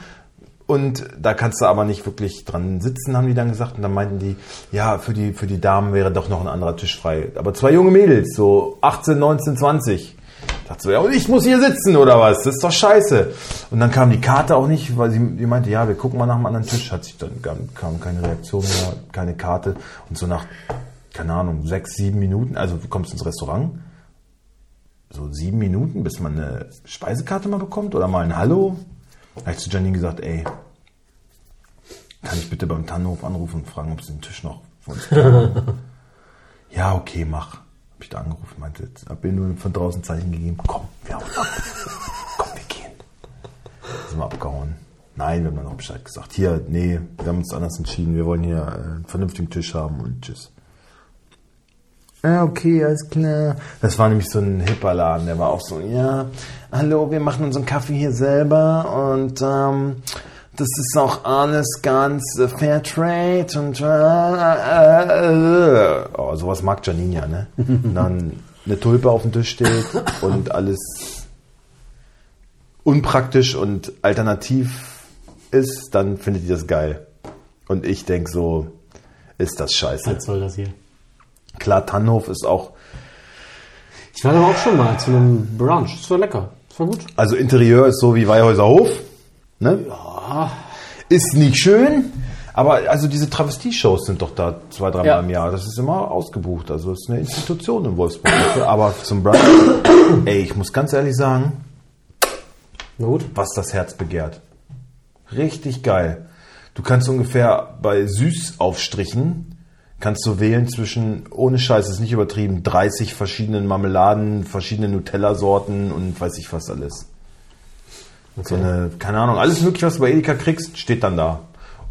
Speaker 3: Und da kannst du aber nicht wirklich dran sitzen, haben die dann gesagt. Und dann meinten die, ja, für die, für die Damen wäre doch noch ein anderer Tisch frei. Aber zwei junge Mädels, so 18, 19, 20. Ich dachte so, ja, und ich muss hier sitzen oder was? Das ist doch scheiße. Und dann kam die Karte auch nicht, weil sie die meinte, ja, wir gucken mal nach einem anderen Tisch. Hat sich dann kam, kam keine Reaktion mehr, keine Karte. Und so nach, keine Ahnung, sechs, sieben Minuten, also du kommst ins Restaurant, so sieben Minuten, bis man eine Speisekarte mal bekommt oder mal ein Hallo. Da habe ich zu Janine gesagt, ey, kann ich bitte beim Tannenhof anrufen und fragen, ob sie den Tisch noch für uns brauchen? Ja, okay, mach. Hab ich da angerufen, meinte, hab ihr nur von draußen Zeichen gegeben, komm, wir hauen ab. komm, wir gehen. Sind wir abgehauen. Nein, wir haben dann auch Bescheid gesagt. Hier, nee, wir haben uns anders entschieden. Wir wollen hier äh, einen vernünftigen Tisch haben und tschüss. Ah, okay, alles klar. Das war nämlich so ein Hipperladen, der war auch so, ja, hallo, wir machen unseren Kaffee hier selber und ähm, das ist auch alles ganz äh, fair trade und äh, äh, äh. Oh, sowas mag Janine ja, ne? Und dann eine Tulpe auf dem Tisch steht und alles unpraktisch und alternativ ist, dann findet ihr das geil. Und ich denk so, ist das scheiße.
Speaker 2: Was soll das hier?
Speaker 3: Klar, Tannhof ist auch
Speaker 2: Ich war aber auch schon mal zu einem Brunch. Das war lecker. Das war gut.
Speaker 3: Also Interieur ist so wie Weihäuser Hof. Ne? Ist nicht schön, aber also diese Travestie-Shows sind doch da zwei, dreimal
Speaker 2: Ja.
Speaker 3: im Jahr. Das ist immer ausgebucht. Also es ist eine Institution in Wolfsburg. dafür. aber zum Brunch, ey, ich muss ganz ehrlich sagen,
Speaker 2: Na gut.
Speaker 3: was das Herz begehrt. Richtig geil. Du kannst ungefähr bei Süßaufstrichen kannst du wählen zwischen, ohne Scheiß, ist nicht übertrieben, 30 verschiedenen Marmeladen, verschiedene Nutella-Sorten und weiß ich was alles. So eine, keine Ahnung, alles mögliche, was du bei Edeka kriegst, steht dann da.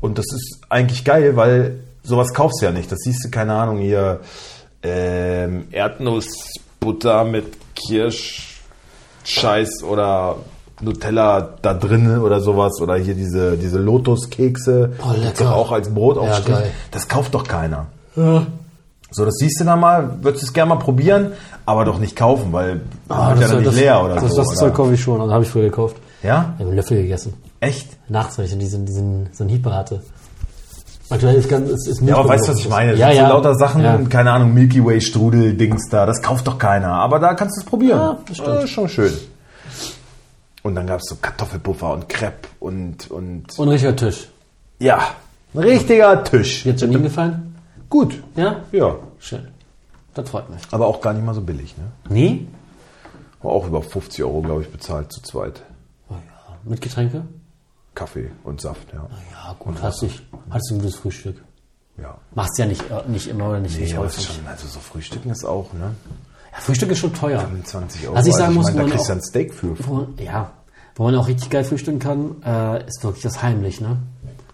Speaker 3: Und das ist eigentlich geil, weil sowas kaufst du ja nicht. Das siehst du, keine Ahnung, hier ähm, Erdnussbutter mit Kirsch, Scheiß oder Nutella da drinne oder sowas. Oder hier diese, diese Lotus-Kekse.
Speaker 2: Oh, lecker.
Speaker 3: Gibt's doch Auch als Brot
Speaker 2: Ja, geil.
Speaker 3: Das kauft doch keiner.
Speaker 2: Ah,
Speaker 3: So, das siehst du dann mal, würdest es gerne mal probieren, aber doch nicht kaufen, weil ah, ja dann nicht
Speaker 2: das,
Speaker 3: leer oder
Speaker 2: das,
Speaker 3: so.
Speaker 2: das Zeug
Speaker 3: oder?
Speaker 2: kaufe ich schon. Also habe ich früher gekauft.
Speaker 3: Ja?
Speaker 2: Ich habe einen Löffel gegessen.
Speaker 3: Echt?
Speaker 2: Nachts, weil ich diesen, diesen, so einen Hieper hatte. Aktuell ist ganz, ist, ist
Speaker 3: Ja, aber weißt du, was ich meine? Das
Speaker 2: Ja,
Speaker 3: sind
Speaker 2: ja.
Speaker 3: so lauter Sachen,
Speaker 2: Ja.
Speaker 3: keine Ahnung, Milky Way Strudel, Dings da, das kauft doch keiner. Aber da kannst du es probieren.
Speaker 2: Ja, das stimmt.
Speaker 3: Äh, schon schön. Und dann gab es so Kartoffelpuffer und Crepe und, und,
Speaker 2: Und richtiger Tisch.
Speaker 3: ja, ein richtiger Tisch.
Speaker 2: Dir hat Janine gefallen?
Speaker 3: Gut.
Speaker 2: Ja?
Speaker 3: Ja,
Speaker 2: Schön. Das freut mich.
Speaker 3: aber auch gar nicht mal so billig, ne?
Speaker 2: Nee?
Speaker 3: War auch über 50 Euro, glaube ich, bezahlt zu zweit.
Speaker 2: Oh ja. Mit Getränke?
Speaker 3: Kaffee und Saft, ja.
Speaker 2: Ja, gut. Hast, dich, hast du ein gutes Frühstück.
Speaker 3: Ja.
Speaker 2: Machst Ah, ja nicht, äh, nicht immer oder nicht,
Speaker 3: Nee,
Speaker 2: nicht
Speaker 3: aber das ist
Speaker 2: häufig.
Speaker 3: schon, also so Frühstücken ist auch, ne?
Speaker 2: Ja, Frühstück ist schon teuer.
Speaker 3: 20 Euro. Also
Speaker 2: Was ich sagen muss,
Speaker 3: meine,
Speaker 2: wo
Speaker 3: da
Speaker 2: man
Speaker 3: kriegst du
Speaker 2: auch-
Speaker 3: ein Steak für.
Speaker 2: Wo man, ja, wo man auch richtig geil frühstücken kann, äh, ist wirklich das heimlich, ne?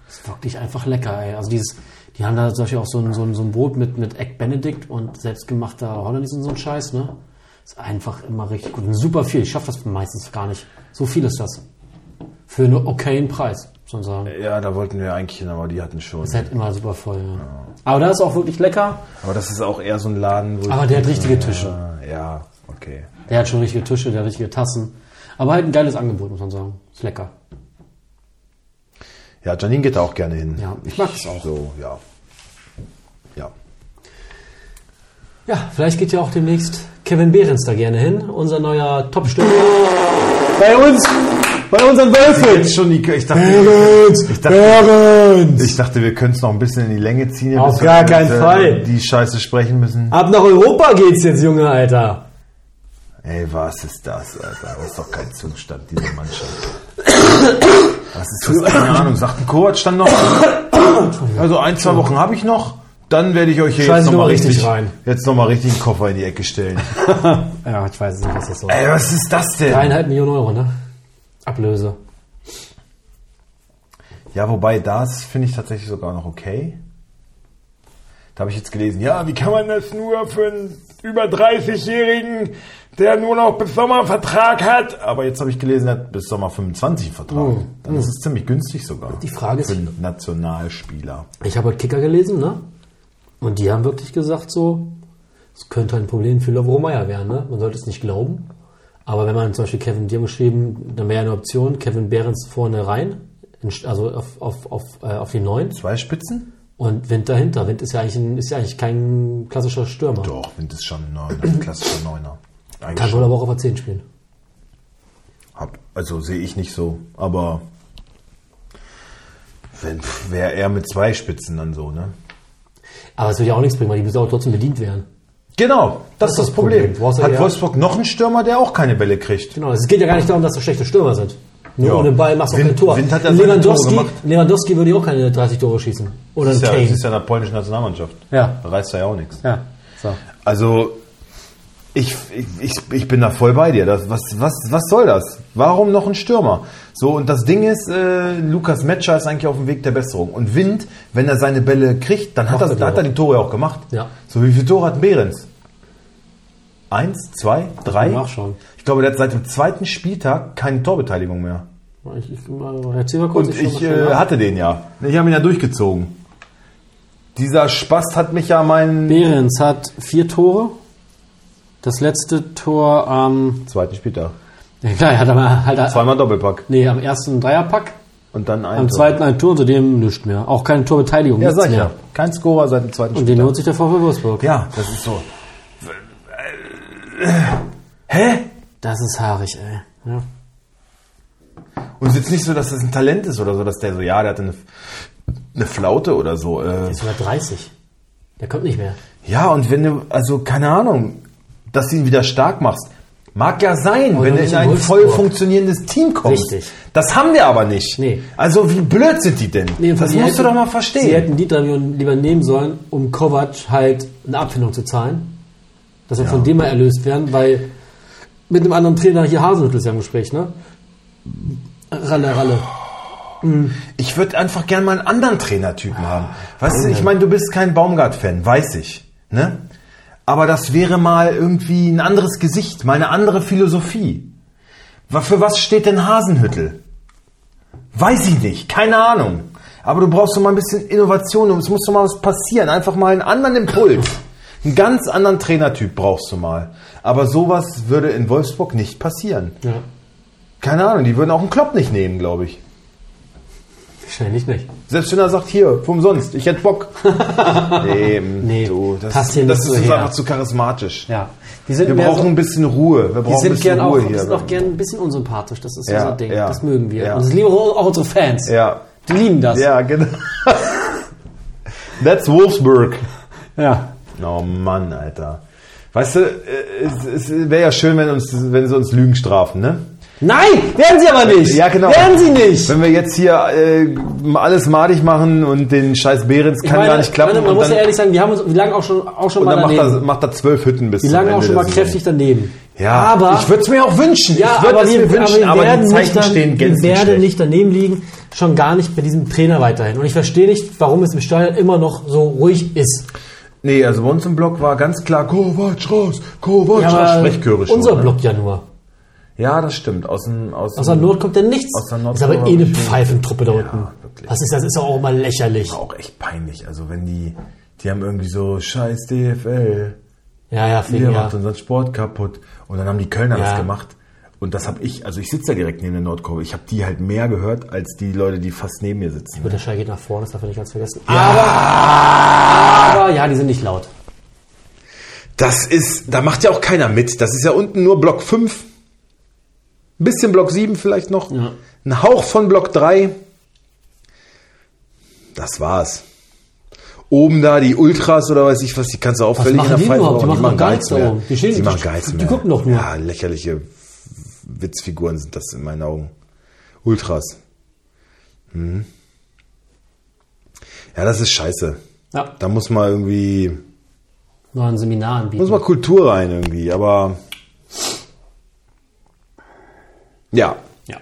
Speaker 2: Ist wirklich einfach lecker, ey. Also dieses, die haben da zum Beispiel auch so ein, so ein, so ein Brot mit, mit Egg Benedict und selbstgemachter Hollandaise und so ein Scheiß, ne? Ist einfach immer richtig gut. Und super viel. Ich schaffe das meistens gar nicht. So viel ist das. Für einen okayen Preis, muss man sagen.
Speaker 3: Ja, da wollten wir eigentlich hin, aber die hatten schon.
Speaker 2: Ist halt immer super voll, ja. Aber da ist auch wirklich lecker.
Speaker 3: Aber das ist auch eher so ein Laden, wo.
Speaker 2: Aber
Speaker 3: ich
Speaker 2: der hat
Speaker 3: denke,
Speaker 2: richtige
Speaker 3: ja,
Speaker 2: Tische.
Speaker 3: Ja, okay.
Speaker 2: Der hat schon richtige Tische, der hat richtige Tassen. Aber halt ein geiles Angebot, muss man sagen. Ist lecker.
Speaker 3: Ja, Janine geht da auch gerne hin.
Speaker 2: Ja, ich mag das auch.
Speaker 3: So, ja. Ja.
Speaker 2: Ja, vielleicht geht ja auch demnächst Kevin Behrens da gerne hin, unser neuer Top-Stürmer.
Speaker 4: Bei uns, bei unseren Wölfen.
Speaker 3: Jetzt schon die, ich dachte,
Speaker 4: Behrens,
Speaker 3: Ich dachte-
Speaker 4: Behrens.
Speaker 3: ich dachte wir können es noch ein bisschen in die Länge ziehen.
Speaker 2: Auf
Speaker 3: bis wir
Speaker 4: gar
Speaker 3: mit,
Speaker 4: keinen
Speaker 3: äh,
Speaker 4: Fall.
Speaker 3: Die Scheiße sprechen müssen.
Speaker 2: Ab nach Europa geht's jetzt, Junge, Alter.
Speaker 3: Ey, was ist das, Alter? Das ist doch kein Zustand, diese Mannschaft. Was ist das? Keine Ahnung. Sagt ein Kovac dann noch? Also ein, zwei Wochen habe ich noch. Dann werde ich euch hier
Speaker 2: Scheiße
Speaker 3: jetzt
Speaker 2: noch
Speaker 3: nochmal
Speaker 2: mal
Speaker 3: richtig,
Speaker 2: richtig
Speaker 3: richtig
Speaker 2: rein.
Speaker 3: Jetzt nochmal richtig einen Koffer in die Ecke stellen.
Speaker 2: Ja, ich weiß es nicht, was das soll.
Speaker 3: Ey, was ist das denn?
Speaker 2: Dreieinhalb Millionen Euro, ne? Ablöse.
Speaker 3: Ja, wobei das finde ich tatsächlich sogar noch okay. Da habe ich jetzt gelesen, ja, wie kann man das nur für einen über 30-Jährigen, der nur noch bis Sommer einen Vertrag hat? Aber jetzt habe ich gelesen, er hat bis Sommer 25 einen Vertrag. Dann ist es ziemlich günstig sogar.
Speaker 2: Oh. Die Frage ist-
Speaker 3: Für einen Nationalspieler.
Speaker 2: Ich habe heute Kicker gelesen, ne? Und die haben wirklich gesagt, so, es könnte halt ein Problem für Lovro Meyer werden, ne? Man sollte es nicht glauben. Aber wenn man zum Beispiel Kevin, die haben geschrieben, dann wäre eine Option, Kevin Behrens vorne rein, in St- also auf, auf, auf, äh, auf die Neun.
Speaker 3: Zwei Spitzen?
Speaker 2: Und Wind dahinter. Wind ist ja eigentlich, ein, ist ja eigentlich kein klassischer Stürmer.
Speaker 3: Doch, Wind ist schon ein Neuner, ein klassischer Neuner. Eigentlich
Speaker 2: Kann wohl aber auch auf der 10 spielen.
Speaker 3: Hab, also sehe ich nicht so, aber wenn wäre er mit zwei Spitzen dann so, ne?
Speaker 2: Aber es wird ja auch nichts bringen, weil die müssen auch trotzdem bedient werden.
Speaker 3: Genau, das, ist das Problem.
Speaker 2: Du brauchst ja
Speaker 3: Hat
Speaker 2: eher-
Speaker 3: Wolfsburg noch einen Stürmer, der auch keine Bälle kriegt?
Speaker 2: Genau, es geht ja gar nicht darum, dass das schlechte Stürmer sind. Nur
Speaker 3: Ja.
Speaker 2: ohne Ball machst du auch
Speaker 3: Wind-
Speaker 2: kein Tor.
Speaker 3: Wind hat ja seine
Speaker 2: Lewandowski,
Speaker 3: Tore gemacht.
Speaker 2: Lewandowski würde ja auch keine 30 Tore schießen. Oder ein
Speaker 3: Das ist, ja,
Speaker 2: Kane.
Speaker 3: das ist ja in der polnischen Nationalmannschaft.
Speaker 2: Ja.
Speaker 3: Da reißt er ja auch nichts.
Speaker 2: Ja, so.
Speaker 3: Also, ich, ich, ich, ich bin da voll bei dir. Das, was, was, was soll das? Warum noch ein Stürmer? So, und das Ding ist, äh, Lukas Metscher ist eigentlich auf dem Weg der Besserung. Und Wind, wenn er seine Bälle kriegt, dann hat,
Speaker 2: Macht
Speaker 3: er,
Speaker 2: er die
Speaker 3: hat er die Tore auch gemacht.
Speaker 2: Ja.
Speaker 3: So, wie viele Tore hat Behrens? Eins, zwei, drei?
Speaker 2: mal nachschauen.
Speaker 3: Ich glaube, der hat seit dem zweiten Spieltag keine Torbeteiligung mehr.
Speaker 2: Ich, ich, äh, erzähl mal kurz.
Speaker 3: Und
Speaker 2: schau mal
Speaker 3: ich
Speaker 2: schnell
Speaker 3: äh,
Speaker 2: nach.
Speaker 3: hatte den ja. Ich habe ihn ja durchgezogen. Dieser Spast hat mich ja meinen
Speaker 2: Behrens hat vier Tore. Das letzte Tor am... (laughs)
Speaker 3: zweiten Spieltag.
Speaker 2: Ja, klar, er hat aber halt...
Speaker 3: Zweimal Doppelpack.
Speaker 2: Nee, am ersten Dreierpack.
Speaker 3: Und dann ein
Speaker 2: Am
Speaker 3: Tor.
Speaker 2: zweiten ein Tor und zudem nichts mehr. Auch keine Torbeteiligung.
Speaker 3: Ja,
Speaker 2: nichts
Speaker 3: sag ich
Speaker 2: mehr.
Speaker 3: ja. Kein Scorer seit dem zweiten
Speaker 2: Und den holt sich der VfL Wolfsburg.
Speaker 3: Ja, das ist so.
Speaker 2: Das ist haarig, ey. Ja.
Speaker 3: Und es ist jetzt nicht so, dass das ein Talent ist oder so, dass der so, ja, der hatte eine, eine Flaute oder so. Äh,
Speaker 2: Ist über 30. Der kommt nicht mehr.
Speaker 3: ja, und wenn du, also keine Ahnung, dass du ihn wieder stark machst. Mag ja sein,
Speaker 2: dann
Speaker 3: wenn du in
Speaker 2: ist
Speaker 3: ein
Speaker 2: Wolfsburg.
Speaker 3: voll funktionierendes Team kommst.
Speaker 2: Richtig.
Speaker 3: Das haben wir aber nicht.
Speaker 2: Nee.
Speaker 3: Also wie blöd sind die denn?
Speaker 2: Nee,
Speaker 3: das
Speaker 2: sie
Speaker 3: musst
Speaker 2: hätten-
Speaker 3: du doch mal verstehen.
Speaker 2: Sie hätten die drei Millionen lieber nehmen sollen, um Kovac halt eine Abfindung zu zahlen. Dass wir von dem mal erlöst werden, weil mit einem anderen Trainer hier Hasenhüttl ist ja im Gespräch, ne? Ralle, Ralle.
Speaker 3: Ich würde einfach gern mal einen anderen Trainertypen haben. Weißt du, ich meine, du bist kein Baumgart-Fan, weiß ich. Ne? Aber das wäre mal irgendwie ein anderes Gesicht, mal eine andere Philosophie. Wa- Für was steht denn Hasenhüttel? Weiß ich nicht, keine Ahnung. Aber du brauchst doch mal ein bisschen Innovation und es muss doch mal was passieren. Einfach mal einen anderen Impuls. Einen ganz anderen Trainertyp brauchst du mal. Aber sowas würde in Wolfsburg nicht passieren.
Speaker 2: Ja,
Speaker 3: Keine Ahnung, die würden auch einen Klopp nicht nehmen, glaube ich.
Speaker 2: wahrscheinlich nicht.
Speaker 3: Selbst wenn er sagt, hier, vom sonst, ich hätte Bock. (laughs) nee,
Speaker 2: Nee,
Speaker 3: du, das,
Speaker 2: passt hier
Speaker 3: das
Speaker 2: nicht
Speaker 3: ist
Speaker 2: so
Speaker 3: uns
Speaker 2: her.
Speaker 3: einfach zu charismatisch.
Speaker 2: Ja. Die sind
Speaker 3: Wir
Speaker 2: mehr
Speaker 3: brauchen
Speaker 2: so-
Speaker 3: ein bisschen Ruhe. Wir brauchen
Speaker 2: die
Speaker 3: ein
Speaker 2: sind
Speaker 3: bisschen
Speaker 2: gern auch,
Speaker 3: Ruhe
Speaker 2: die
Speaker 3: hier.
Speaker 2: sind auch gern ein bisschen unsympathisch. Das ist
Speaker 3: Ja,
Speaker 2: unser Ding.
Speaker 3: ja,
Speaker 2: das mögen wir.
Speaker 3: ja.
Speaker 2: Und das lieben auch unsere Fans.
Speaker 3: Ja.
Speaker 2: Die lieben das.
Speaker 3: Ja, genau. (laughs) That's Wolfsburg.
Speaker 2: ja.
Speaker 3: Oh Mann, Alter. Weißt du, äh, es, es wäre ja schön, wenn, uns, wenn sie uns Lügen strafen, ne?
Speaker 2: Nein, werden sie aber nicht.
Speaker 3: Ja, genau.
Speaker 2: Werden sie nicht.
Speaker 3: Wenn wir jetzt hier äh, alles madig machen und den scheiß Behrens kann gar nicht klappen.
Speaker 2: meine, man
Speaker 3: und
Speaker 2: muss
Speaker 3: dann,
Speaker 2: ja ehrlich sagen, wir haben uns wir lagen auch schon, auch schon
Speaker 3: und
Speaker 2: mal
Speaker 3: dann macht,
Speaker 2: daneben.
Speaker 3: er, macht er zwölf Hütten bis
Speaker 2: wir lagen auch
Speaker 3: Ende
Speaker 2: schon mal
Speaker 3: der Saison.
Speaker 2: kräftig daneben.
Speaker 3: Ja,
Speaker 2: aber
Speaker 3: ich würde es mir auch wünschen.
Speaker 2: ja,
Speaker 3: ich würde
Speaker 2: aber
Speaker 3: es
Speaker 2: wir,
Speaker 3: mir wünschen,
Speaker 2: aber
Speaker 3: aber,
Speaker 2: wir werden,
Speaker 3: die
Speaker 2: nicht,
Speaker 3: Zeichen
Speaker 2: dann,
Speaker 3: stehen
Speaker 2: wir
Speaker 3: gänzlich
Speaker 2: werden
Speaker 3: schlecht.
Speaker 2: nicht daneben liegen, schon gar nicht bei diesem Trainer weiterhin. Und ich verstehe nicht, warum es im Stadion immer noch so ruhig ist.
Speaker 3: Nee, also bei uns im Block war ganz klar Kovac raus, Kovac raus, Sprechchöre schon.
Speaker 2: unser
Speaker 3: ne?
Speaker 2: Block ja nur.
Speaker 3: Ja, das stimmt. Aus dem aus,
Speaker 2: Aus der Nord kommt ja nichts.
Speaker 3: Aus der Nord
Speaker 2: ist aber
Speaker 3: kommt
Speaker 2: eh eine
Speaker 3: aber bestimmt-
Speaker 2: Pfeifentruppe da
Speaker 3: Ja,
Speaker 2: unten.
Speaker 3: wirklich. Genau.
Speaker 2: Was ist das? Ist doch auch immer lächerlich.
Speaker 3: auch echt peinlich. Also wenn die die haben irgendwie so Scheiß DFL,
Speaker 2: Ja, ja,
Speaker 3: ihr
Speaker 2: Fliegen, ja.
Speaker 3: macht unseren Sport kaputt und dann haben die Kölner
Speaker 2: Ja.
Speaker 3: das gemacht. Und das habe ich, also ich sitze ja direkt neben der Nordkurve. Ich habe die halt mehr gehört als die Leute, die fast neben mir sitzen.
Speaker 2: Gut, der Schall geht nach vorne, das darf man nicht ganz vergessen. Aber, aber ja, die sind nicht laut.
Speaker 5: Das ist, da macht ja auch keiner mit. Das ist ja unten nur Block 5. Ein bisschen Block 7 vielleicht noch.
Speaker 2: Ja.
Speaker 5: Ein Hauch von Block 3. Das war's. Oben da die Ultras oder weiß ich was, die kannst du auch
Speaker 2: Was
Speaker 5: völlig
Speaker 2: machen die
Speaker 5: Pfeife
Speaker 2: überhaupt? Die
Speaker 5: rauchen.
Speaker 2: machen doch gar
Speaker 5: nichts
Speaker 2: nichts da
Speaker 5: mehr.
Speaker 2: oben. Die stehen-
Speaker 5: die machen
Speaker 2: die-
Speaker 5: gar nichts
Speaker 2: die
Speaker 5: mehr.
Speaker 2: gucken doch nur.
Speaker 5: Ja, lächerliche Witzfiguren sind das in meinen Augen. Ultras. Hm. Ja, das ist scheiße.
Speaker 2: Ja,
Speaker 5: Da muss mal irgendwie,
Speaker 2: mal ein Seminar
Speaker 5: muss
Speaker 2: anbieten.
Speaker 5: mal Kultur rein irgendwie, aber ja,
Speaker 2: Ja.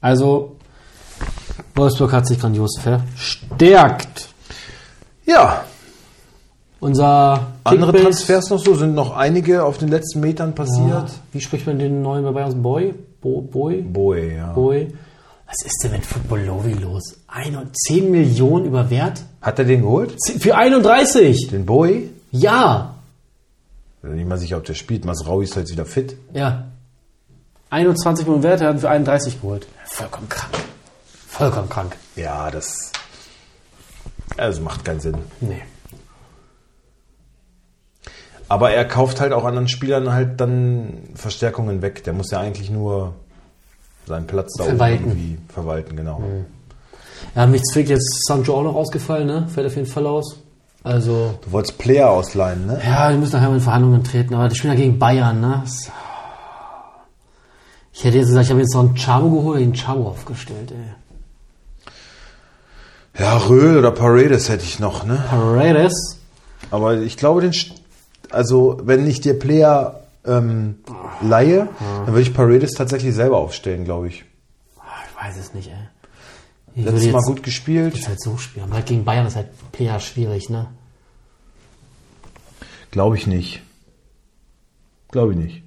Speaker 2: Also, Wolfsburg hat sich grandios verstärkt.
Speaker 5: ja.
Speaker 2: Unser
Speaker 3: Andere
Speaker 2: Kickbase-
Speaker 3: Transfers noch so? Sind noch einige auf den letzten Metern
Speaker 2: Ja,
Speaker 3: passiert?
Speaker 2: wie spricht man den neuen bei Bayerns Boy? Bo Boy?
Speaker 3: Boy, ja.
Speaker 2: Boy. Was ist denn mit Football Lovi los? Ein und 10 Millionen über Wert?
Speaker 3: Hat er den geholt?
Speaker 2: Ze- Für 31!
Speaker 3: Den Boy?
Speaker 2: Ja!
Speaker 3: Bin nicht mal sicher, ob der spielt. Masraui ist halt wieder fit.
Speaker 2: Ja. 21 Millionen Wert, er hat ihn für 31 geholt. Vollkommen krank. Vollkommen krank.
Speaker 3: Ja, das. Also macht keinen Sinn.
Speaker 2: Nee.
Speaker 3: Aber er kauft halt auch anderen Spielern halt dann Verstärkungen weg. Der muss ja eigentlich nur seinen Platz da oben
Speaker 2: Verwalten.
Speaker 3: irgendwie verwalten, genau.
Speaker 2: Ja, mich zwickt jetzt Sancho auch noch ausgefallen, ne? Fällt auf jeden Fall aus. Also,
Speaker 3: Du wolltest Player ausleihen, ne?
Speaker 2: ja, die müssen nachher mal in Verhandlungen treten, aber die spielen ja gegen Bayern, ne? Das- Ich hätte jetzt gesagt, ich habe jetzt noch einen Chavo geholt, den Chavo aufgestellt, ey.
Speaker 3: Ja, Röhl oder Paredes hätte ich noch, ne?
Speaker 2: Paredes.
Speaker 3: Aber ich glaube, den. St also, wenn ich dir Player ähm, leihe, dann würde ich Paredes tatsächlich selber aufstellen, glaube ich.
Speaker 2: Ah, Ich weiß es nicht, ey. Ich würde
Speaker 3: Letztes
Speaker 2: jetzt
Speaker 3: Mal gut gespielt.
Speaker 2: Ist halt so spielen. Aber halt gegen Bayern ist halt Player schwierig, ne?
Speaker 3: Glaube ich nicht. Glaube ich nicht.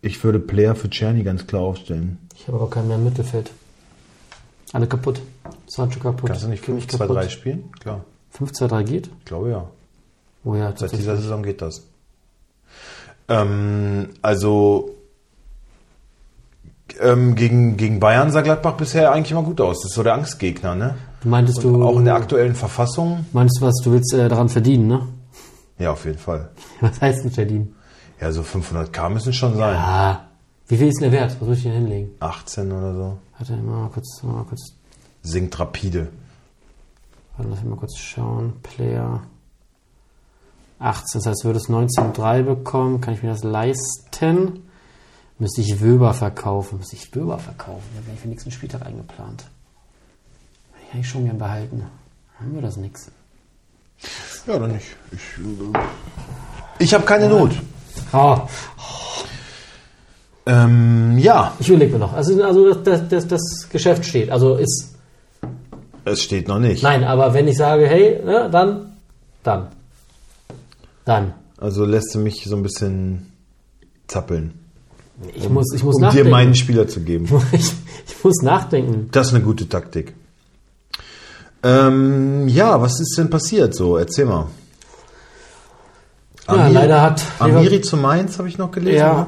Speaker 3: Ich würde Player für Czerny ganz klar aufstellen.
Speaker 2: Ich habe aber keinen mehr im Mittelfeld. Alle kaputt. Sancho kaputt.
Speaker 3: Kannst du nicht
Speaker 2: Kimmich
Speaker 3: 5, 2, 3 spielen? Klar.
Speaker 2: 5, 2, 3 geht?
Speaker 3: Ich glaube ja.
Speaker 2: Oh ja,
Speaker 3: Seit
Speaker 2: tatsächlich.
Speaker 3: dieser Saison geht das. Ähm, also ähm, gegen, gegen Bayern sah Gladbach bisher eigentlich immer gut aus. Das ist so der Angstgegner, ne?
Speaker 2: Du meintest du,
Speaker 3: Auch in der aktuellen Verfassung.
Speaker 2: meinst du was, du willst äh, daran verdienen, ne? (laughs)
Speaker 3: Ja, auf jeden Fall.
Speaker 2: Was heißt denn verdienen?
Speaker 3: Ja, so 500k müssen schon sein.
Speaker 2: Ah, wie viel ist denn der Wert? Was muss ich denn hinlegen?
Speaker 3: 18 oder so.
Speaker 2: Warte, mal kurz, mal kurz,
Speaker 3: Sinkt rapide.
Speaker 2: warte, lass mich mal kurz schauen. Player 18, das heißt, würde es 19,3 bekommen. Kann ich mir das leisten? Müsste ich Wöber verkaufen? Müsste ich Wöber verkaufen? Den habe ich für den nächsten Spieltag eingeplant. Hätte ich eigentlich schon gern behalten. Haben wir das nix?
Speaker 3: Ja, dann nicht. Ich, äh, ich habe keine Not.
Speaker 2: Oh,
Speaker 3: Ähm, ja,
Speaker 2: ich überlege mir noch. Also, also das, das, das Geschäft steht. Also ist
Speaker 3: es steht noch nicht.
Speaker 2: Nein, aber wenn ich sage, hey, ne, dann, dann, dann.
Speaker 3: Also lässt du mich so ein bisschen zappeln,
Speaker 2: Ich muss, ich muss
Speaker 3: um dir
Speaker 2: nachdenken.
Speaker 3: meinen Spieler zu geben.
Speaker 2: (laughs) ich, ich muss nachdenken.
Speaker 3: Das ist eine gute Taktik. Ähm, ja, was ist denn passiert so? Erzähl mal.
Speaker 2: Ja, leider hat
Speaker 3: Amiri zu Mainz habe ich noch gelesen.
Speaker 2: Ja.
Speaker 3: ne?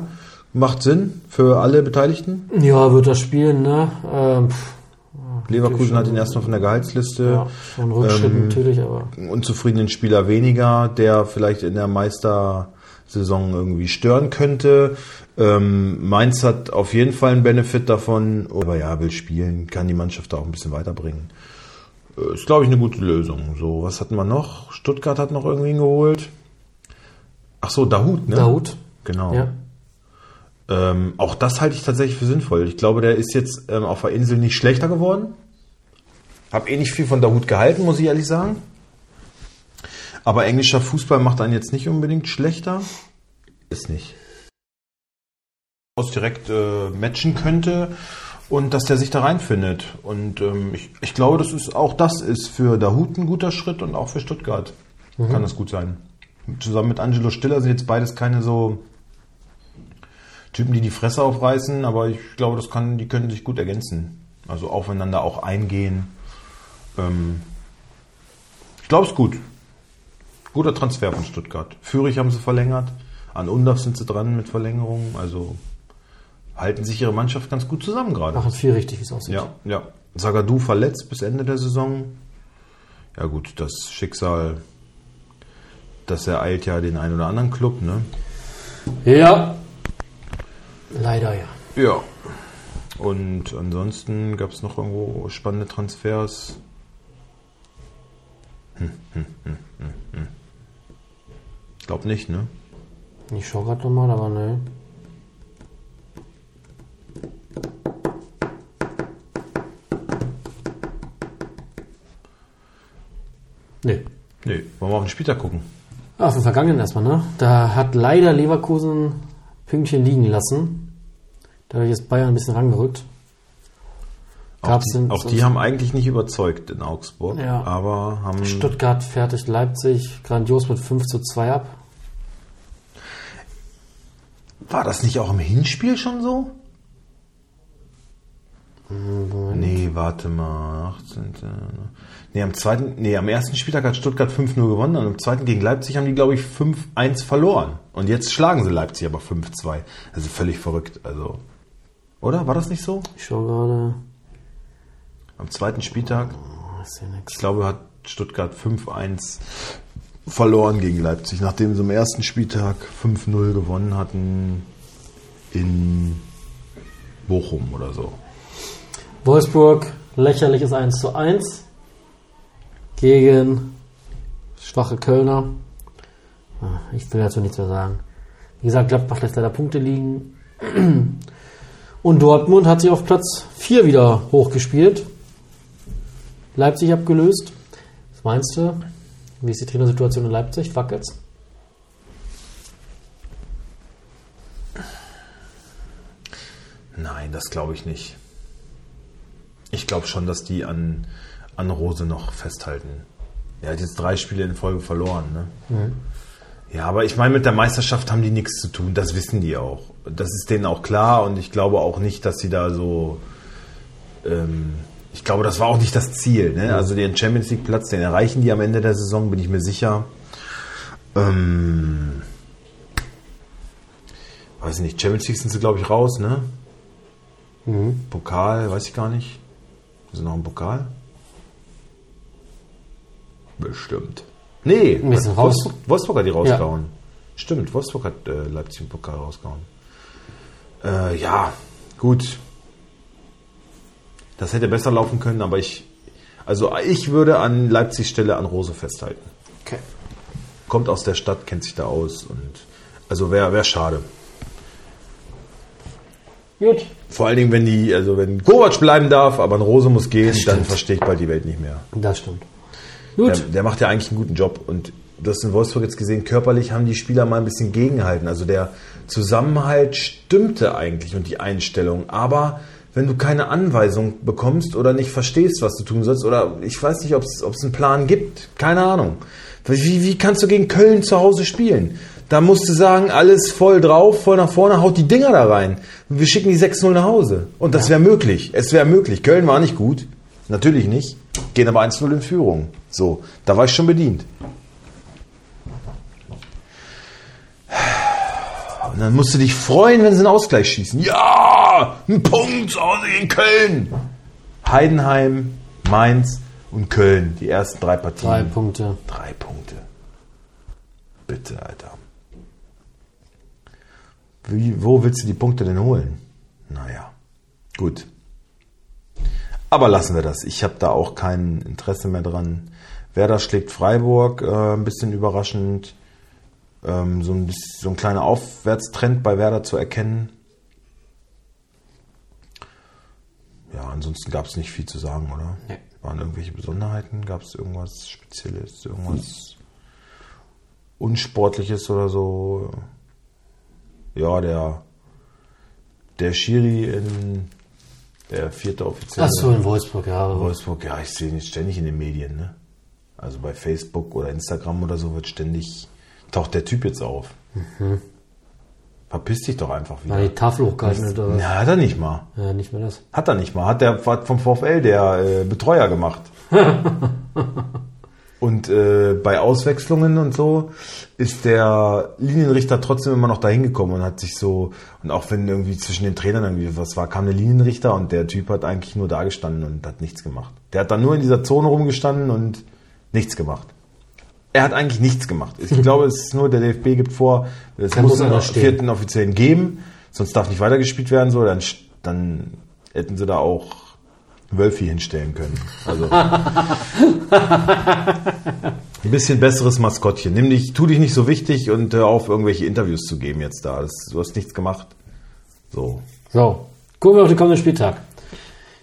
Speaker 3: Macht Sinn für alle Beteiligten.
Speaker 2: Ja, wird das spielen, ne? Ähm, pff,
Speaker 3: Leverkusen hat ihn erstmal von der Gehaltsliste.
Speaker 2: also- ja, schon Rückschritt
Speaker 3: Ähm,
Speaker 2: natürlich, aber
Speaker 3: Einen unzufriedenen Spieler weniger, der vielleicht in der Meistersaison irgendwie stören könnte. Ähm, Mainz hat auf jeden Fall einen Benefit davon. Aber ja, will spielen, kann die Mannschaft da auch ein bisschen weiterbringen. Äh, Ist, glaube ich, eine gute Lösung. So, was hatten wir noch? Stuttgart hat noch irgendwen geholt. Ach so, Dahut, ne?
Speaker 2: Daoud.
Speaker 3: Genau.
Speaker 2: Ja.
Speaker 3: Ähm, auch das halte ich tatsächlich für sinnvoll. Ich glaube, der ist jetzt ähm, auf der Insel nicht schlechter geworden. Hab eh nicht viel von Dahut gehalten, muss ich ehrlich sagen. Aber englischer Fußball macht einen jetzt nicht unbedingt schlechter. Ist nicht. Aus direkt äh, matchen könnte und dass der sich da reinfindet. Und ähm, ich, ich glaube, das ist auch das ist für Dahut ein guter Schritt und auch für Stuttgart kann das gut sein. Zusammen mit Angelo Stiller sind jetzt beides keine so Typen, die die Fresse aufreißen, aber ich glaube, das kann, die können sich gut ergänzen. Also aufeinander auch eingehen. Ähm, ich glaube, es ist gut. Guter Transfer von Stuttgart. Fürich haben sie verlängert. An Undorf sind sie dran mit Verlängerungen. Also halten sich ihre Mannschaft ganz gut zusammen gerade.
Speaker 2: Machen viel richtig, wie es aussieht.
Speaker 3: Ja, ja. Sagadu verletzt bis Ende der Saison. Ja gut, das Schicksal Das ereilt ja den einen oder anderen Club, ne?
Speaker 2: Ja. Leider ja.
Speaker 3: Ja. Und ansonsten gab es noch irgendwo spannende Transfers. Hm, Ich glaube hm, nicht, ne?
Speaker 2: Ich schau grad noch mal, aber ne. Nee.
Speaker 3: Nee, wollen wir auf den Spieltag gucken.
Speaker 2: Ah, vom Vergangenen erstmal, ne? Da hat leider Leverkusen Pünktchen liegen lassen. Dadurch ist Bayern ein bisschen rangerückt.
Speaker 3: Auch
Speaker 2: Gab's
Speaker 3: die,
Speaker 2: denn
Speaker 3: auch die
Speaker 2: sonst-
Speaker 3: haben eigentlich nicht überzeugt in Augsburg,
Speaker 2: Ja.
Speaker 3: aber haben.
Speaker 2: Stuttgart fertigt Leipzig grandios mit 5 zu 2 ab.
Speaker 3: War das nicht auch im Hinspiel schon so? Nee, warte mal. 18. Nee, am zweiten, nee, am ersten Spieltag hat Stuttgart 5-0 gewonnen und am zweiten gegen Leipzig haben die, glaube ich, 5-1 verloren. Und jetzt schlagen sie Leipzig aber 5-2. Also völlig verrückt. Also. Oder? War das nicht so?
Speaker 2: Ich schau gerade.
Speaker 3: Am zweiten Spieltag,
Speaker 2: Ah, Ist ja nix.
Speaker 3: ich glaube, hat Stuttgart 5-1 verloren gegen Leipzig, nachdem sie am ersten Spieltag 5-0 gewonnen hatten in Bochum oder so.
Speaker 2: Wolfsburg, lächerliches 1 zu 1 gegen schwache Kölner. Ah, Ich will dazu nichts mehr sagen. Wie gesagt, Gladbach lässt leider Punkte liegen. Und Dortmund hat sich auf Platz 4 wieder hochgespielt. Leipzig abgelöst. Was meinst du? Wie ist die Trainersituation in Leipzig? Wackelt's?
Speaker 3: Nein, das glaube ich nicht. Ich glaube schon, dass die an, an Rose noch festhalten. Er hat jetzt drei Spiele in Folge verloren. Ne? Ja, aber ich meine, mit der Meisterschaft haben die nichts zu tun. Das wissen die auch. Das ist denen auch klar. Und ich glaube auch nicht, dass sie da so. Ähm, ich glaube, das war auch nicht das Ziel. Ne? Also den Champions League Platz, den erreichen die am Ende der Saison, bin ich mir sicher. Ähm, weiß nicht, Champions League sind sie, glaube ich, raus, ne?
Speaker 2: Mhm.
Speaker 3: Pokal, weiß ich gar nicht. Ist es noch ein Pokal? Bestimmt. Nee,
Speaker 2: Wir sind raus.
Speaker 3: Wolfsburg, Wolfsburg hat die rausgehauen. Stimmt, Wolfsburg hat äh, Leipzig im Pokal rausgehauen. Äh, ja, gut. Das hätte besser laufen können, aber ich. Also ich würde an Leipzigs Stelle an Rose festhalten.
Speaker 2: Okay.
Speaker 3: Kommt aus der Stadt, kennt sich da aus und also wäre wär schade.
Speaker 2: Gut.
Speaker 3: Vor allen Dingen, wenn die, also wenn Kovac bleiben darf, aber ein Rose muss gehen, dann verstehe ich bald die Welt nicht mehr.
Speaker 2: Das stimmt. Gut.
Speaker 3: Der, der macht ja eigentlich einen guten Job und du hast in Wolfsburg jetzt gesehen, körperlich haben die Spieler mal ein bisschen gegenhalten. Also der Zusammenhalt stimmte eigentlich und die Einstellung, aber wenn du keine Anweisung bekommst oder nicht verstehst, was du tun sollst, oder ich weiß nicht, ob es einen Plan gibt, keine Ahnung. Wie, wie kannst du gegen Köln zu Hause spielen? Da musst du sagen, alles voll drauf, voll nach vorne, haut die Dinger da rein. Wir schicken die 6-0 nach Hause. Und das wäre möglich. Es wäre möglich. Köln war nicht gut. Natürlich nicht. Gehen aber 1-0 in Führung. So, da war ich schon bedient. Und dann musst du dich freuen, wenn sie einen Ausgleich schießen. Ja! Ein Punkt zu Hause gegen Köln! Heidenheim, Mainz und Köln. Die ersten drei Partien.
Speaker 2: Drei Punkte.
Speaker 3: Drei Punkte. Bitte, Alter. Wie, wo willst du die Punkte denn holen? Naja, gut. Aber lassen wir das. Ich habe da auch kein Interesse mehr dran. Werder schlägt Freiburg, äh, ein bisschen überraschend. Ähm, so, ein bisschen, so ein kleiner Aufwärtstrend bei Werder zu erkennen. Ja, ansonsten gab es nicht viel zu sagen, oder?
Speaker 2: Nee.
Speaker 3: Waren irgendwelche Besonderheiten? Gab es irgendwas Spezielles? Irgendwas Unsportliches oder so? Ja, der, der Schiri in der vierte Offizielle.
Speaker 2: Achso, in Wolfsburg, ja. aber-
Speaker 3: Wolfsburg, ja, ich sehe ihn jetzt ständig in den Medien, ne? Also bei Facebook oder Instagram oder so wird ständig, taucht der Typ jetzt auf.
Speaker 2: Mhm.
Speaker 3: Verpiss dich doch einfach
Speaker 2: Weil
Speaker 3: wieder.
Speaker 2: die Tafel hochgehalten wird, oder? was?
Speaker 3: Na, hat er nicht mal.
Speaker 2: Ja, Äh, nicht mehr das.
Speaker 3: Hat er nicht mal. Hat der hat vom VfL der äh, Betreuer gemacht. und äh, bei Auswechslungen und so ist der Linienrichter trotzdem immer noch dahin gekommen und hat sich so, und auch wenn irgendwie zwischen den Trainern irgendwie was war, kam der Linienrichter und der Typ hat eigentlich nur da gestanden und hat nichts gemacht. Der hat dann nur in dieser Zone rumgestanden und nichts gemacht. er hat eigentlich nichts gemacht. Ich glaube, es ist nur, der DFB gibt vor, es
Speaker 2: muss
Speaker 3: muss
Speaker 2: einer
Speaker 3: einen
Speaker 2: stehen.
Speaker 3: vierten Offiziellen geben, sonst darf nicht weitergespielt werden, so, dann, st- dann hätten sie da auch Wölfi hinstellen können. Also. Ein bisschen besseres Maskottchen. Nimm dich, tu dich nicht so wichtig und hör auf, irgendwelche Interviews zu geben jetzt da. Das, du hast nichts gemacht. So.
Speaker 2: So, gucken wir auf den kommenden Spieltag.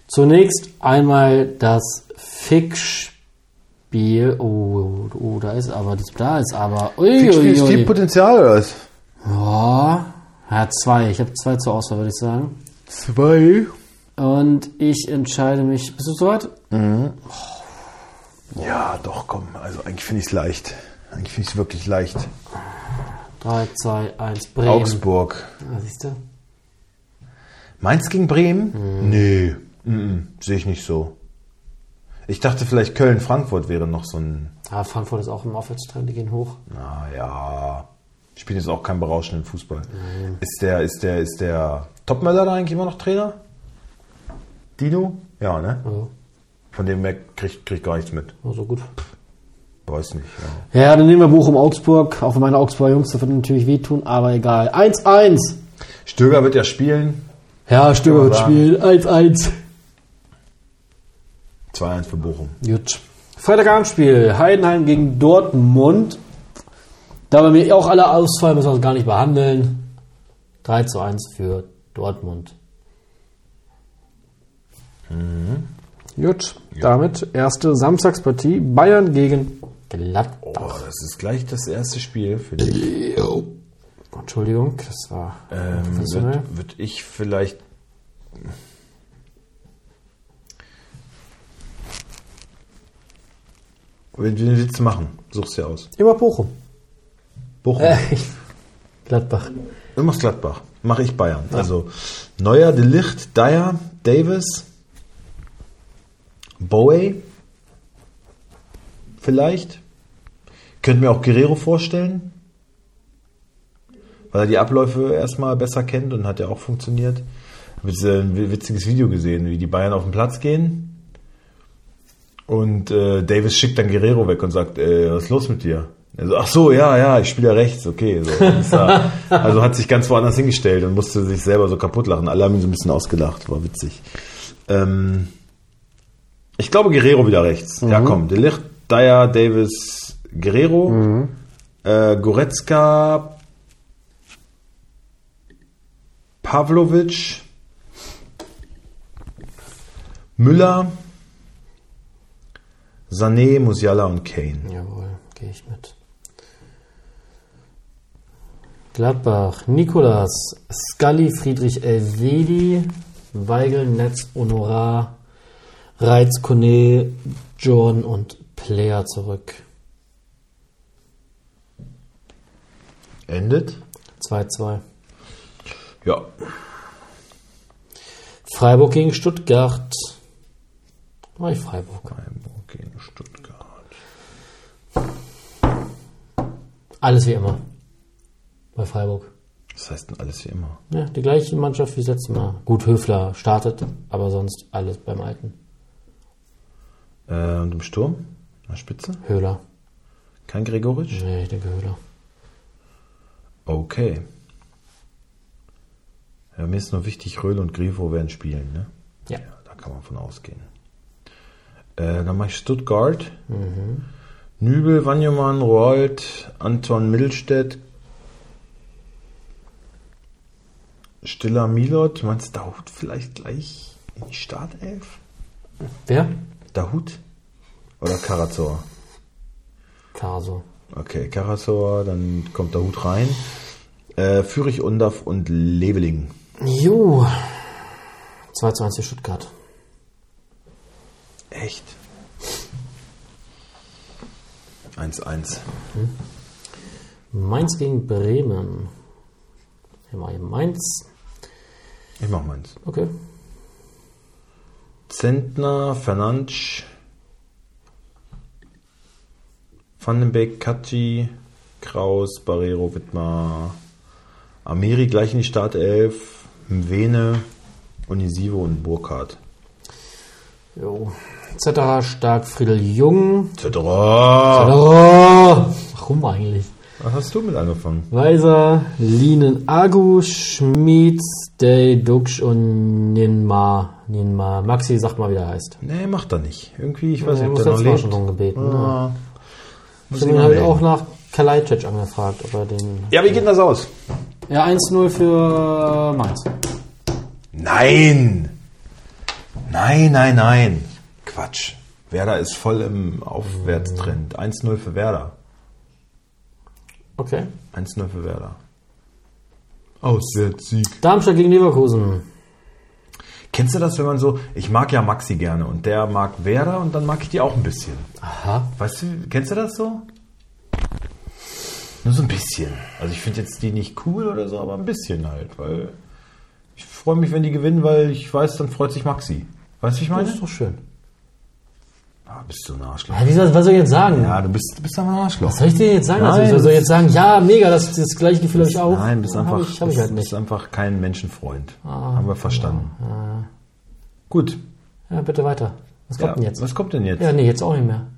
Speaker 2: Zunächst einmal das Fickspiel. Oh, oh, da ist aber, da ist aber. Ui, ui, ui.
Speaker 3: Potenzial, oder was?
Speaker 2: Oh, ja, zwei. Ich habe zwei zur Auswahl, würde ich sagen.
Speaker 3: Zwei.
Speaker 2: Und ich entscheide mich. Bist du soweit?
Speaker 3: Ja, doch, komm. Also eigentlich finde ich es leicht. Eigentlich finde ich es wirklich leicht.
Speaker 2: 3, 2, 1, Bremen.
Speaker 3: Augsburg.
Speaker 2: Ah, siehst du?
Speaker 3: Mainz gegen Bremen? Nee. Mhm. Sehe ich nicht so. Ich dachte vielleicht Köln-Frankfurt wäre noch so ein.
Speaker 2: Ah, Frankfurt ist auch im Aufwärtstrend, die gehen hoch.
Speaker 3: Ah, Naja. Spielen jetzt auch keinen berauschenden Fußball. Ist der, ist der, ist der Topmöller da eigentlich immer noch Trainer? Dino? Ja, ne?
Speaker 2: Also,
Speaker 3: Von dem mehr kriegt krieg gar nichts mit.
Speaker 2: also gut.
Speaker 3: Weiß nicht. Ja.
Speaker 2: Ja, dann nehmen wir Bochum Augsburg. Auch wenn meine Augsburger Jungs davon natürlich wehtun, aber egal. 1-1.
Speaker 3: Stöger wird ja spielen.
Speaker 2: Ja, Stöber wird
Speaker 3: Kann man
Speaker 2: spielen. 1-1.
Speaker 3: 2-1 für Bochum.
Speaker 2: Gut. Freitagabendspiel. Heidenheim gegen Dortmund. Da bei mir auch alle ausfallen, müssen wir das gar nicht behandeln. 3 zu 1 für Dortmund. Mhm. Gut, damit erste Samstagspartie. Bayern gegen Gladbach.
Speaker 3: Boah, das ist gleich das erste Spiel für dich.
Speaker 2: Entschuldigung, das war
Speaker 3: Ähm,
Speaker 2: professionell.
Speaker 3: wird, wird ich vielleicht. Wen wen willst du machen? Such's dir aus.
Speaker 2: Immer Bochum.
Speaker 3: Bochum.
Speaker 2: Äh. (laughs) Gladbach.
Speaker 3: Du machst Gladbach. Mach ich Bayern. Also Neuer, De Licht, Dyer, Davis, Bowie. Vielleicht. Könnte mir auch Guerrero vorstellen. Weil er die Abläufe erstmal besser kennt und hat ja auch funktioniert. Ich habe jetzt äh, ein witziges Video gesehen, wie die Bayern auf den Platz gehen. Und äh, Davis schickt dann Guerrero weg und sagt, äh, was ist los mit dir? Er so, ach so, ja, ja, ich spiele ja rechts, okay. So, Ist ja- also hat sich ganz woanders hingestellt und musste sich selber so kaputt lachen. Alle haben ihn so ein bisschen ausgelacht, war witzig. Ähm, ich glaube Guerrero wieder rechts. Ja, komm, De Ligt, Dyer, Davis, Guerrero, äh, Goretzka, Pavlovic, Müller, Sané, Musiala und Kane.
Speaker 2: Jawohl, gehe ich mit. Gladbach, Nikolas, Scully, Friedrich Elvedi, Weigel, Netz, Honorar, Reiz, Kone, Jordan und Player zurück.
Speaker 3: Endet?
Speaker 2: 2-2.
Speaker 3: Ja.
Speaker 2: Freiburg gegen Stuttgart. Mach ich Freiburg.
Speaker 3: Freiburg gegen Stuttgart.
Speaker 2: Alles wie immer. Bei Freiburg.
Speaker 3: Das heißt denn alles wie immer.
Speaker 2: Ja, die gleiche Mannschaft wie das letzte Mal. Gut, Höfler startet, aber sonst alles beim Alten.
Speaker 3: Äh, und im Sturm? Na, Spitze?
Speaker 2: Höhler.
Speaker 3: Kein Gregoritsch?
Speaker 2: Nee, ich denke Höhler.
Speaker 3: Okay. Ja, mir ist nur wichtig, Röhl und Grifo werden spielen, ne?
Speaker 2: Ja.
Speaker 3: Da kann man von ausgehen. Äh, dann mache ich Stuttgart. Nübel, Wanjemann, Roald, Anton Mittelstädt. Stiller Milot. Meinst du Dahut vielleicht gleich in die Startelf?
Speaker 2: Wer?
Speaker 3: Dahut? Oder Karazor?
Speaker 2: Caso.
Speaker 3: Okay, Karazor, dann kommt Dahut rein. Äh, Fürich, Undaf und Leveling.
Speaker 2: Jo. 2 zu 1 für Stuttgart.
Speaker 3: Echt? 1-1.
Speaker 2: Mainz gegen Bremen. Hier mal eben Mainz.
Speaker 3: Ich mach meins.
Speaker 2: Okay.
Speaker 3: Zentner, Fernansch, Vandenbeck, Katschi, Kraus, Barrero, Wittmer, Amiri gleich in die Startelf, Mwene, Unisivo und Burkhardt.
Speaker 2: Jo. Etc. Stark Friedel Jung.
Speaker 3: Tada.
Speaker 2: Oh, warum eigentlich?
Speaker 3: Was hast du mit angefangen?
Speaker 2: Weiser, Linen Agu, Schmieds, Day, Duxch und Ninma. Ninma. Maxi, sagt mal, wie er heißt.
Speaker 3: Nee, macht er nicht. Irgendwie, ich weiß
Speaker 2: Ich
Speaker 3: nicht, ob
Speaker 2: muss
Speaker 3: der noch
Speaker 2: letztes Mal
Speaker 3: lebt.
Speaker 2: schon drum gebeten. Ja.
Speaker 3: Ah, muss ich
Speaker 2: Deswegen
Speaker 3: mal
Speaker 2: habe ich
Speaker 3: melden.
Speaker 2: auch nach Kalajdzic angefragt, ob er den...
Speaker 3: Ja, wie geht denn das aus?
Speaker 2: Ja, 1-0 für Mainz.
Speaker 3: Nein! Nein, nein, nein. Quatsch. Werder ist voll im Aufwärtstrend. 1-0 für Werder.
Speaker 2: Okay.
Speaker 3: 1-0 für Werder. Auswärtssieg.
Speaker 2: Darmstadt gegen Leverkusen.
Speaker 3: Kennst du das, wenn man so, ich mag ja Maxi gerne und der mag Werder und dann mag ich die auch ein bisschen.
Speaker 2: Aha.
Speaker 3: Weißt du, kennst du das so? Nur so ein bisschen. Also ich finde jetzt die nicht cool oder so, aber ein bisschen halt, weil ich freue mich, wenn die gewinnen, weil ich weiß, dann freut sich Maxi. Weißt du, wie ich
Speaker 2: Das
Speaker 3: meine?
Speaker 2: ist doch schön.
Speaker 3: Ah, bist du ein Arschloch.
Speaker 2: Ja, wie soll, was soll ich jetzt sagen?
Speaker 3: Ja, du bist, du bist aber ein Arschloch.
Speaker 2: Was soll ich dir jetzt sagen? Also,
Speaker 3: Nein,
Speaker 2: ich soll- soll
Speaker 3: das-
Speaker 2: jetzt sagen, ja, mega, das, das gleiche Gefühl habe ich auch.
Speaker 3: Nein, bist einfach,
Speaker 2: Habe ich, hab ich
Speaker 3: bist,
Speaker 2: halt nicht. Ah,
Speaker 3: bist einfach kein Menschenfreund. Haben wir verstanden. Gut.
Speaker 2: Ja, bitte weiter. Was kommt
Speaker 3: Ja,
Speaker 2: denn jetzt?
Speaker 3: Was kommt denn jetzt?
Speaker 2: Ja, nee, jetzt auch nicht mehr.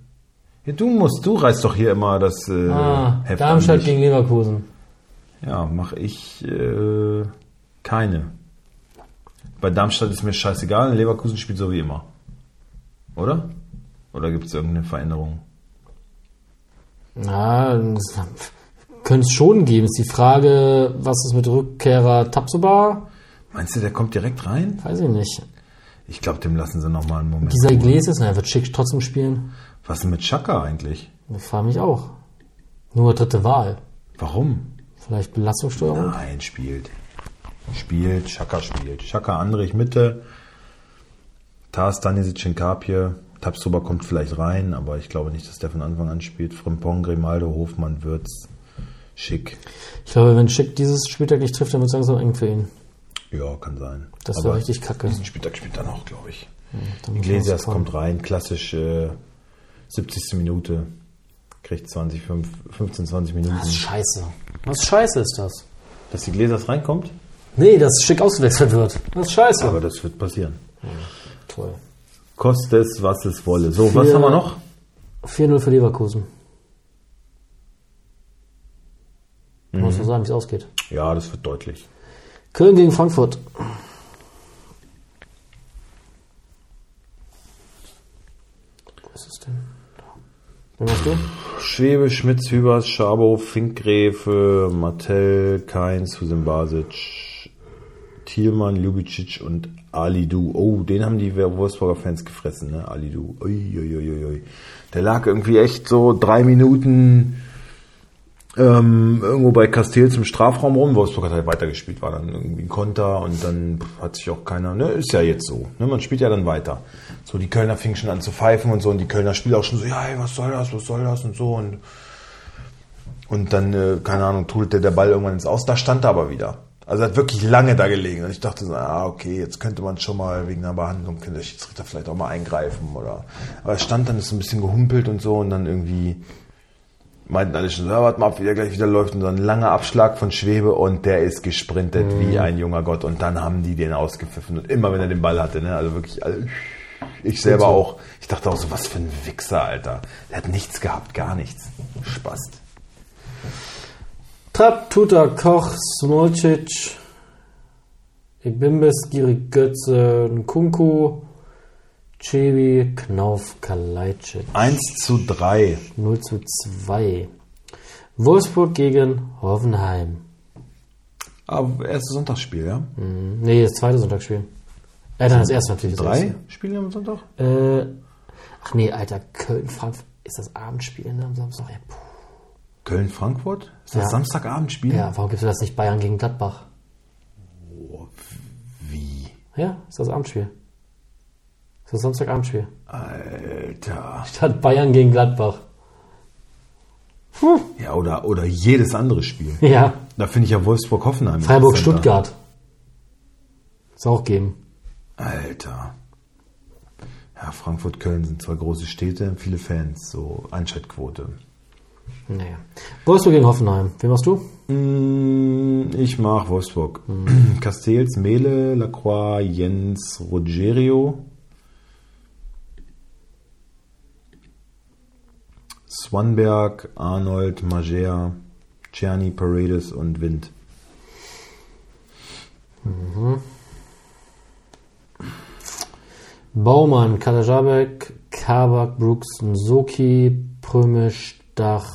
Speaker 3: Ja, du musst, du reißt doch hier immer das äh,
Speaker 2: Ah,
Speaker 3: Heft an
Speaker 2: Darmstadt
Speaker 3: dich.
Speaker 2: gegen Leverkusen.
Speaker 3: Ja, mache ich äh, keine. Bei Darmstadt ist mir scheißegal, Leverkusen spielt so wie immer. Oder? Oder gibt es irgendeine Veränderung?
Speaker 2: Na, das- könnte es schon geben. Ist die Frage, was ist mit Rückkehrer Tapsoba?
Speaker 3: Meinst du, der kommt direkt rein?
Speaker 2: Weiß ich nicht.
Speaker 3: Ich glaube, dem lassen sie nochmal einen Moment.
Speaker 2: Dieser Iglesias, na, er wird schick trotzdem spielen.
Speaker 3: Was ist denn mit Chaka eigentlich?
Speaker 2: Ich frage mich auch. Nur dritte Wahl.
Speaker 3: Warum?
Speaker 2: Vielleicht Belastungssteuerung?
Speaker 3: Nein, spielt. Spielt, Chaka spielt. Chaka, Andrich, Mitte. Tars, Stanisic, Hinkapje. Tabsoba kommt vielleicht rein, aber ich glaube nicht, dass der von Anfang an spielt. Frimpong, Grimaldo, Hofmann, Würz, Schick.
Speaker 2: Ich glaube, wenn Schick dieses Spieltag nicht trifft, dann wird es langsam eng für ihn.
Speaker 3: Ja, kann sein.
Speaker 2: Das
Speaker 3: ist
Speaker 2: wäre richtig kacke.
Speaker 3: Diesen Spieltag spielt dann auch, glaube ich.
Speaker 2: Dann muss man
Speaker 3: Iglesias
Speaker 2: was
Speaker 3: kommt rein, klassisch äh, 70. Minute, kriegt 20, 5, 15, 20 Minuten.
Speaker 2: Das ist scheiße. Was scheiße ist das?
Speaker 3: Dass Iglesias reinkommt?
Speaker 2: Nee, dass Schick ausgewechselt wird. Das ist scheiße.
Speaker 3: Aber das wird passieren.
Speaker 2: Toll.
Speaker 3: Koste es, was es wolle. So, was
Speaker 2: Vier-
Speaker 3: haben wir noch?
Speaker 2: 4-0 für Leverkusen. Muss
Speaker 3: Mhm.
Speaker 2: man sagen, wie es ausgeht.
Speaker 3: Ja, das wird deutlich.
Speaker 2: Köln gegen Frankfurt. Was ist denn? Wen machst du?
Speaker 3: Schwebe, Schmitz, Hübers, Schabo, Finkgräfe, Martell, Keins, Husin Basic, Thielmann, Ljubicic und Alidu. Oh, den haben die Wolfsburger Fans gefressen, ne? Alidu. Uiuiuiui. Der lag irgendwie echt so drei Minuten ähm, irgendwo bei Castells im Strafraum rum. Wolfsburg hat halt weitergespielt, war dann irgendwie ein Konter und dann hat sich auch keiner, ne, ist ja jetzt so. Ne, man spielt ja dann weiter. So, die Kölner fingen schon an zu pfeifen und so und die Kölner spielen auch schon so, ja, ey, was soll das, was soll das und so und und dann, äh, keine Ahnung, trudelte der Ball irgendwann ins Aus. Da stand er aber wieder. Also er hat wirklich lange da gelegen. Und ich dachte so, ah, okay, jetzt könnte man schon mal wegen einer Behandlung, könnte der Schiedsrichter vielleicht auch mal eingreifen. oder Aber er stand dann, ist so ein bisschen gehumpelt und so. Und dann irgendwie meinten alle schon, so, ja, warte mal ab, wie der gleich wieder läuft. Und so ein langer Abschlag von Schwebe und der ist gesprintet
Speaker 2: Mhm.
Speaker 3: wie ein junger Gott. Und dann haben die den ausgepfiffen. Und immer, wenn er den Ball hatte, ne? also wirklich, alle- ich selber auch. Ich dachte auch so, was für ein Wichser, Alter. Der hat nichts gehabt, gar nichts. Spaß.
Speaker 2: Trapp, Tuta, Koch, Smolcic, Ibimbis, Giri Götze, Nkunku, Chebi, Knauf, Kalajdzic.
Speaker 3: 1 zu 3.
Speaker 2: 0 zu 2. Wolfsburg gegen Hoffenheim.
Speaker 3: Aber Ah, erstes Sonntagsspiel, ja?
Speaker 2: Nee, das zweite Sonntagsspiel. Äh, dann das erste natürlich. das
Speaker 3: Drei Spiele am Sonntag?
Speaker 2: erste. Äh, ach nee, Alter, Köln-Frankfurt. Ist das Abendspiel ne, am Samstag? Ja, puh.
Speaker 3: Köln-Frankfurt? Ist das
Speaker 2: Ja.
Speaker 3: Samstagabendspiel?
Speaker 2: ja, warum gibst du das nicht Bayern gegen Gladbach?
Speaker 3: Oh, Wie?
Speaker 2: Ja, ist das Abendspiel. Ist das Samstagabendspiel.
Speaker 3: Alter.
Speaker 2: Statt Bayern gegen Gladbach. Hm.
Speaker 3: Ja, oder, oder jedes andere Spiel.
Speaker 2: Ja.
Speaker 3: Da finde ich ja Wolfsburg-Hoffenheim. interessanter.
Speaker 2: Freiburg-Stuttgart. Ist auch geben.
Speaker 3: Alter. Ja, Frankfurt-Köln sind zwei große Städte, viele Fans, so Einschaltquote.
Speaker 2: Naja. Wolfsburg gegen Hoffenheim. Wen machst du?
Speaker 3: Mm, Ich mag Wolfsburg. (clears throat) Castells, Mele, Lacroix, Jens, Rogerio, Swanberg, Arnold, Magea, Czerny, Paredes und Wind.
Speaker 2: Baumann, Kadajabek, Kabak, Brooks, Msoki, Prömisch, Dach,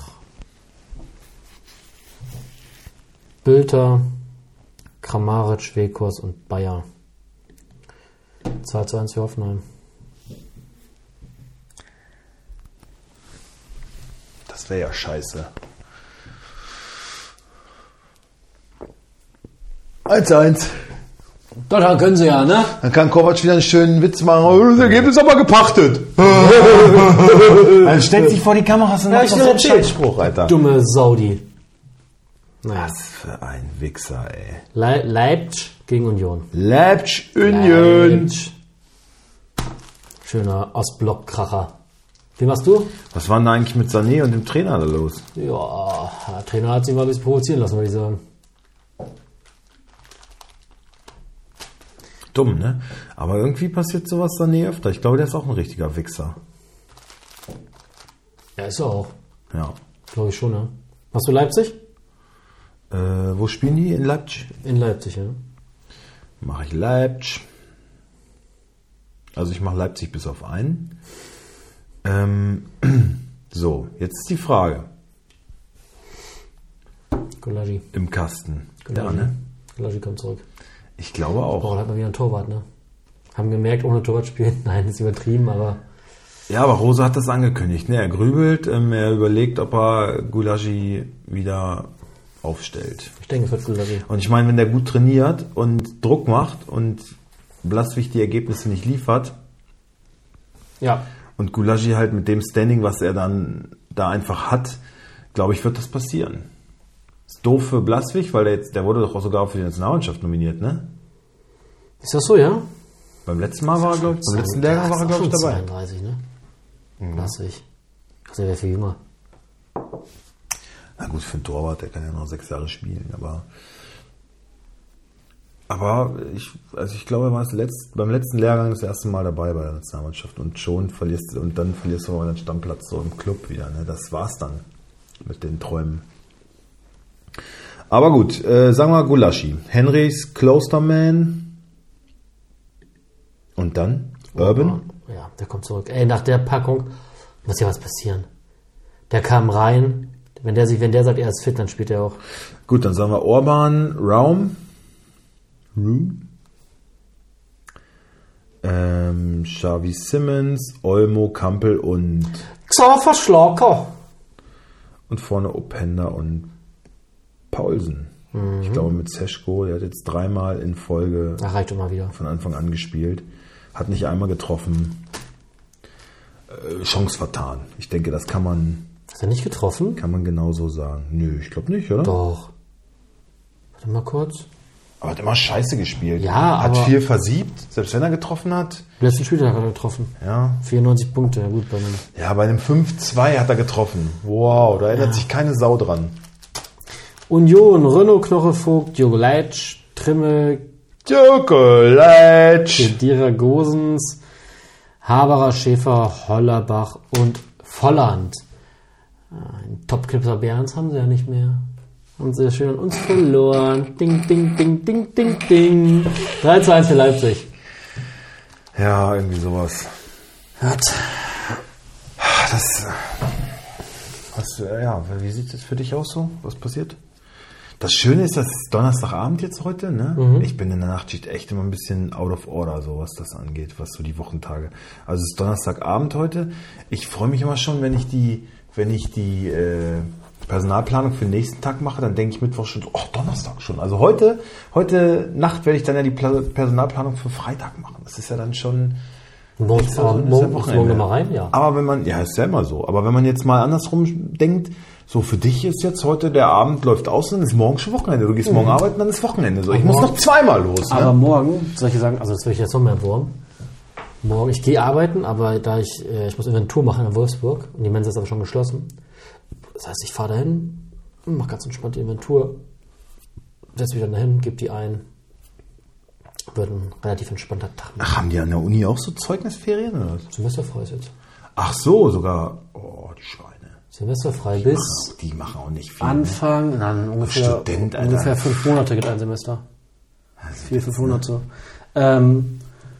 Speaker 2: Bilter, Kramaric, Wekos und Bayer. 2 zu 1 für Hoffenheim.
Speaker 3: Das wäre ja scheiße. 1-1.
Speaker 2: Doch, da können sie ja, ne?
Speaker 6: Dann kann Kovac wieder einen schönen Witz machen. Oh, das Ergebnis ist aber
Speaker 3: (laughs)
Speaker 6: gepachtet. Dann stellt sich vor die Kameras und
Speaker 2: Ja,
Speaker 6: macht
Speaker 2: ich
Speaker 6: noch
Speaker 2: will
Speaker 6: so einen
Speaker 2: erzählen.
Speaker 6: Scheißspruch, Alter.
Speaker 2: Dumme Saudi. Naja.
Speaker 6: Für ein Wichser, ey.
Speaker 2: Le Leipzig gegen Union.
Speaker 6: Leipzig Union.
Speaker 2: Leipzig. Schöner Ostblock-Kracher. Wie machst du?
Speaker 3: Was war denn eigentlich mit Sané und dem Trainer da los?
Speaker 2: Ja, Ah, der Trainer hat sich mal ein bisschen provozieren lassen, würde ich sagen.
Speaker 3: Dumm, ne? Aber irgendwie passiert sowas Sané öfter. Ich glaube, der ist auch ein richtiger Wichser.
Speaker 2: Ja, ist er auch.
Speaker 3: Ja.
Speaker 2: Glaube ich schon, ne? Machst du Leipzig?
Speaker 3: Äh, wo spielen die? In Leipzig?
Speaker 2: In Leipzig, ja.
Speaker 3: Mache ich Leipzig. Also ich mache Leipzig bis auf einen. Ähm, (clears throat) so, jetzt ist die Frage
Speaker 2: Golagi.
Speaker 3: im Kasten.
Speaker 6: Genau.
Speaker 2: Golagi.
Speaker 3: Ja, ne?
Speaker 2: Golagi kommt zurück.
Speaker 3: Ich glaube
Speaker 2: Brauchen
Speaker 3: auch.
Speaker 2: halt mal wieder einen Torwart, ne? Haben gemerkt, ohne Torwart spielen. (laughs) Nein, ist übertrieben, aber
Speaker 3: Ja, aber Rose hat das angekündigt. Ne? Er grübelt, ähm, er überlegt, ob er Gulagi wieder aufstellt.
Speaker 2: ich denke, es wird Golagi.
Speaker 3: Und ich meine, wenn der gut trainiert und Druck macht und Blaswig die Ergebnisse nicht liefert
Speaker 2: Ja.
Speaker 3: und Gulagi halt mit dem Standing, was er dann da einfach hat, glaube ich, wird das passieren. Ist doof für Blaswig, weil der, jetzt, der wurde doch auch sogar für die Nationalmannschaft nominiert, ne?
Speaker 2: Ist das so, ja?
Speaker 3: Beim letzten Mal war er, glaube ich, beim letzten Lehrgang war er, glaube ich, dabei. Mhm.
Speaker 2: 32, ne? Lass ich. Also, der wäre viel jünger.
Speaker 3: Na gut, für einen Torwart, der kann ja noch sechs Jahre spielen, aber. Aber ich, also ich glaube, er war das letzt, beim letzten Lehrgang das erste Mal dabei bei der Nationalmannschaft und schon verlierst du- und dann verlierst du aber deinen Stammplatz so im Club wieder. Ne? Das war's dann mit den Träumen. Aber gut, äh, sagen wir Gulaschi. Henrys Closterman. Und dann Urban.
Speaker 2: Ja, der kommt zurück. Ey, nach der Packung muss ja was passieren. Der kam rein. Wenn der, sich, wenn der sagt, er ist fit, dann spielt er auch.
Speaker 3: Gut, dann sagen wir Orban, Raum. Room. Ähm, Xavi Simmons, Olmo, Kampel und,
Speaker 2: Xaver Schlager.
Speaker 3: und vorne Openda und Paulsen.
Speaker 2: Mhm.
Speaker 3: Ich glaube mit Seschko, der hat jetzt dreimal in Folge
Speaker 2: Da reicht immer wieder.
Speaker 3: von Anfang an gespielt. Hat nicht einmal getroffen. Äh, Chance vertan. Ich denke, das kann man,
Speaker 2: Hat er nicht getroffen?
Speaker 3: kann man genauso sagen. Nö, ich glaube nicht, oder?
Speaker 2: Doch. Warte mal kurz.
Speaker 3: Aber hat immer scheiße gespielt.
Speaker 2: Ja,
Speaker 3: hat
Speaker 2: aber-
Speaker 3: viel versiebt, selbst wenn er getroffen hat.
Speaker 2: Letzten Spieltag hat er getroffen.
Speaker 3: Ja.
Speaker 2: 94 Punkte, ja gut, bei mir.
Speaker 3: Ja, bei einem 5-2 hat er getroffen. Wow, da erinnert sich keine Sau dran.
Speaker 2: Union, Renault, Knoche, Vogt, Jogo Leitsch, Trimmel,
Speaker 3: Jokolaj.
Speaker 2: Kedira Gosens, Haberer, Schäfer, Hollerbach und Volland. Ah, Ein Topknipser Berns haben sie ja nicht mehr. Haben sie ja schön an uns verloren. Ding, ding, ding, ding, ding, ding. 3 zu 1 für Leipzig.
Speaker 3: Ja, irgendwie sowas.
Speaker 2: Hat.
Speaker 3: Das. Was, äh, ja, wie sieht es für dich aus so? Was passiert? Das Schöne ist, dass es Donnerstagabend jetzt heute, ne? Ich bin in der Nachtschicht echt immer ein bisschen out of order, so was das angeht, was so die Wochentage. Also es ist Donnerstagabend heute. Ich freue mich immer schon, wenn ich die, wenn ich die äh, Personalplanung für den nächsten Tag mache, dann denke ich Mittwoch schon, so, oh, Donnerstag schon. Also heute, heute Nacht werde ich dann ja die Pla Personalplanung für Freitag machen. Das ist ja dann schon.
Speaker 2: Morgen,
Speaker 3: Ja,
Speaker 2: morgen,
Speaker 3: ist ja
Speaker 2: morgen,
Speaker 3: Wochenende.
Speaker 2: morgen mal rein, ja.
Speaker 3: Aber wenn man, ja, ist ja immer so. Aber wenn man jetzt mal andersrum denkt, so für dich ist jetzt heute der Abend läuft aus, dann ist morgen schon Wochenende. Du gehst morgen arbeiten, dann ist Wochenende. So, ich muss noch zweimal los. Ne?
Speaker 2: Mhm. Aber morgen, soll ich sagen, also das will ich jetzt noch mehr wurm. Morgen, ich gehe arbeiten, aber da ich, äh, ich muss Inventur machen in Wolfsburg und die Mensa ist aber schon geschlossen. Das heißt, ich fahre dahin, mache ganz entspannt die Inventur, setze mich dann dahin, gebe die ein. Wird ein relativ entspannter Tag.
Speaker 3: Ach, haben die an der Uni auch so Zeugnisferien oder was?
Speaker 2: Semesterfrei ist jetzt.
Speaker 3: Ach so, sogar. Oh, die Schweine.
Speaker 2: Semesterfrei bis
Speaker 3: Die machen auch nicht viel. ne?
Speaker 2: Anfang, dann ungefähr,
Speaker 3: Student, Alter.
Speaker 2: ungefähr fünf Monate geht ein Semester.
Speaker 3: Also,
Speaker 2: Vier, fünf
Speaker 3: ne?
Speaker 2: Monate. (laughs) Ähm,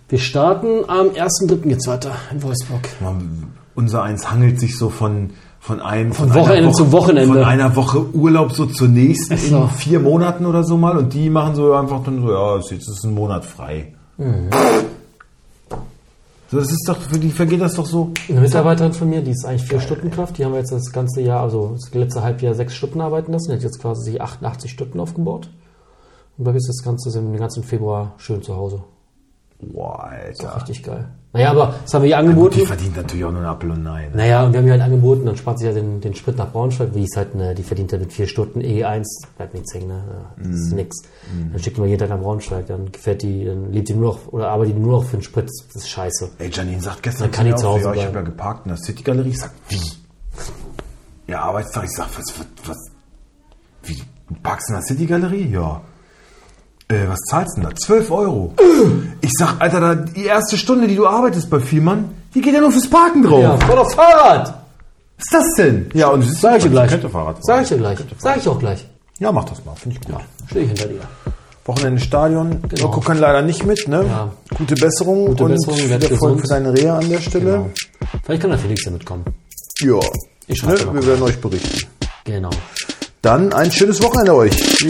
Speaker 2: wir starten am 1.3. geht's weiter in Wolfsburg.
Speaker 3: Man, unser Eins hangelt sich so von, von einem
Speaker 2: Von
Speaker 3: einer
Speaker 2: Wochenende zu Wochenende.
Speaker 3: Von einer Woche Urlaub so zur nächsten
Speaker 2: Ist so.
Speaker 3: in vier Monaten oder so mal. Und die machen so einfach dann so, ja, jetzt ist ein Monat frei.
Speaker 2: Mhm.
Speaker 3: So, das ist doch, für die vergeht das doch so.
Speaker 2: Eine Mitarbeiterin von mir, die ist eigentlich vier Stunden Kraft, die haben wir jetzt das ganze Jahr, also das letzte Halbjahr sechs Stunden arbeiten lassen, die hat jetzt quasi sich 88 Stunden aufgebaut. Und bleibt jetzt das ganze, sind den ganzen Februar schön zu Hause.
Speaker 3: Boah, Alter.
Speaker 2: Richtig geil. Naja, aber das haben wir ihr
Speaker 3: Ah. Gut,
Speaker 2: angeboten.
Speaker 3: die verdient natürlich auch nur einen Apfel und ne? Nein.
Speaker 2: Naja, und wir haben ihr halt angeboten, dann spart sie ja den, den Sprit nach Braunschweig, wie es halt, ne, die verdient ja mit vier Stunden E1, bleibt nichts hängen, ne? ja, Das
Speaker 3: Mhm.
Speaker 2: ist nix. Dann schickt man jeden Tag nach Braunschweig, dann gefällt die, dann lebt die nur noch, oder arbeitet die nur noch für den Sprit, das ist scheiße.
Speaker 3: Ey, Janine sagt gestern,
Speaker 2: Dann kann
Speaker 3: zu mir
Speaker 2: ich zu
Speaker 3: auch so,
Speaker 2: Hause
Speaker 3: ja, ich habe
Speaker 2: bleiben.
Speaker 3: ja geparkt in der City Galerie. Ich sag, wie? Ja, Arbeitstag. Ich sag, was, was, was? Wie? Du parkst in der City Galerie? Ja. Äh, was zahlst du denn da? 12 Euro. Ich sag, Alter, da, die erste Stunde, die du arbeitest bei Vielmann, die geht ja nur fürs Parken drauf.
Speaker 2: Ja, fahr doch Fahrrad!
Speaker 3: Was ist das denn? Ja, und du siehst,
Speaker 2: Sag ich dir
Speaker 3: man
Speaker 2: gleich.
Speaker 3: könnte Fahrrad fahren.
Speaker 2: Sag ich dir gleich. Sag ich auch gleich.
Speaker 3: Ja, mach das mal. Finde ich gut.
Speaker 2: Stehe ich hinter dir.
Speaker 3: Wochenende Stadion.
Speaker 2: Genau.
Speaker 3: Joko kann leider nicht mit, ne?
Speaker 2: Ja.
Speaker 3: Gute Besserung
Speaker 2: Gute
Speaker 3: und
Speaker 2: Besserung,
Speaker 3: viel
Speaker 2: werd
Speaker 3: Erfolg
Speaker 2: gesund.
Speaker 3: für deine Reha an der Stelle.
Speaker 2: Vielleicht kann der Felix ja mitkommen.
Speaker 3: Ja.
Speaker 2: Genau. Ich
Speaker 3: ne?
Speaker 2: schreibe
Speaker 3: Wir werden euch berichten.
Speaker 2: Genau.
Speaker 3: Dann ein schönes Wochenende euch.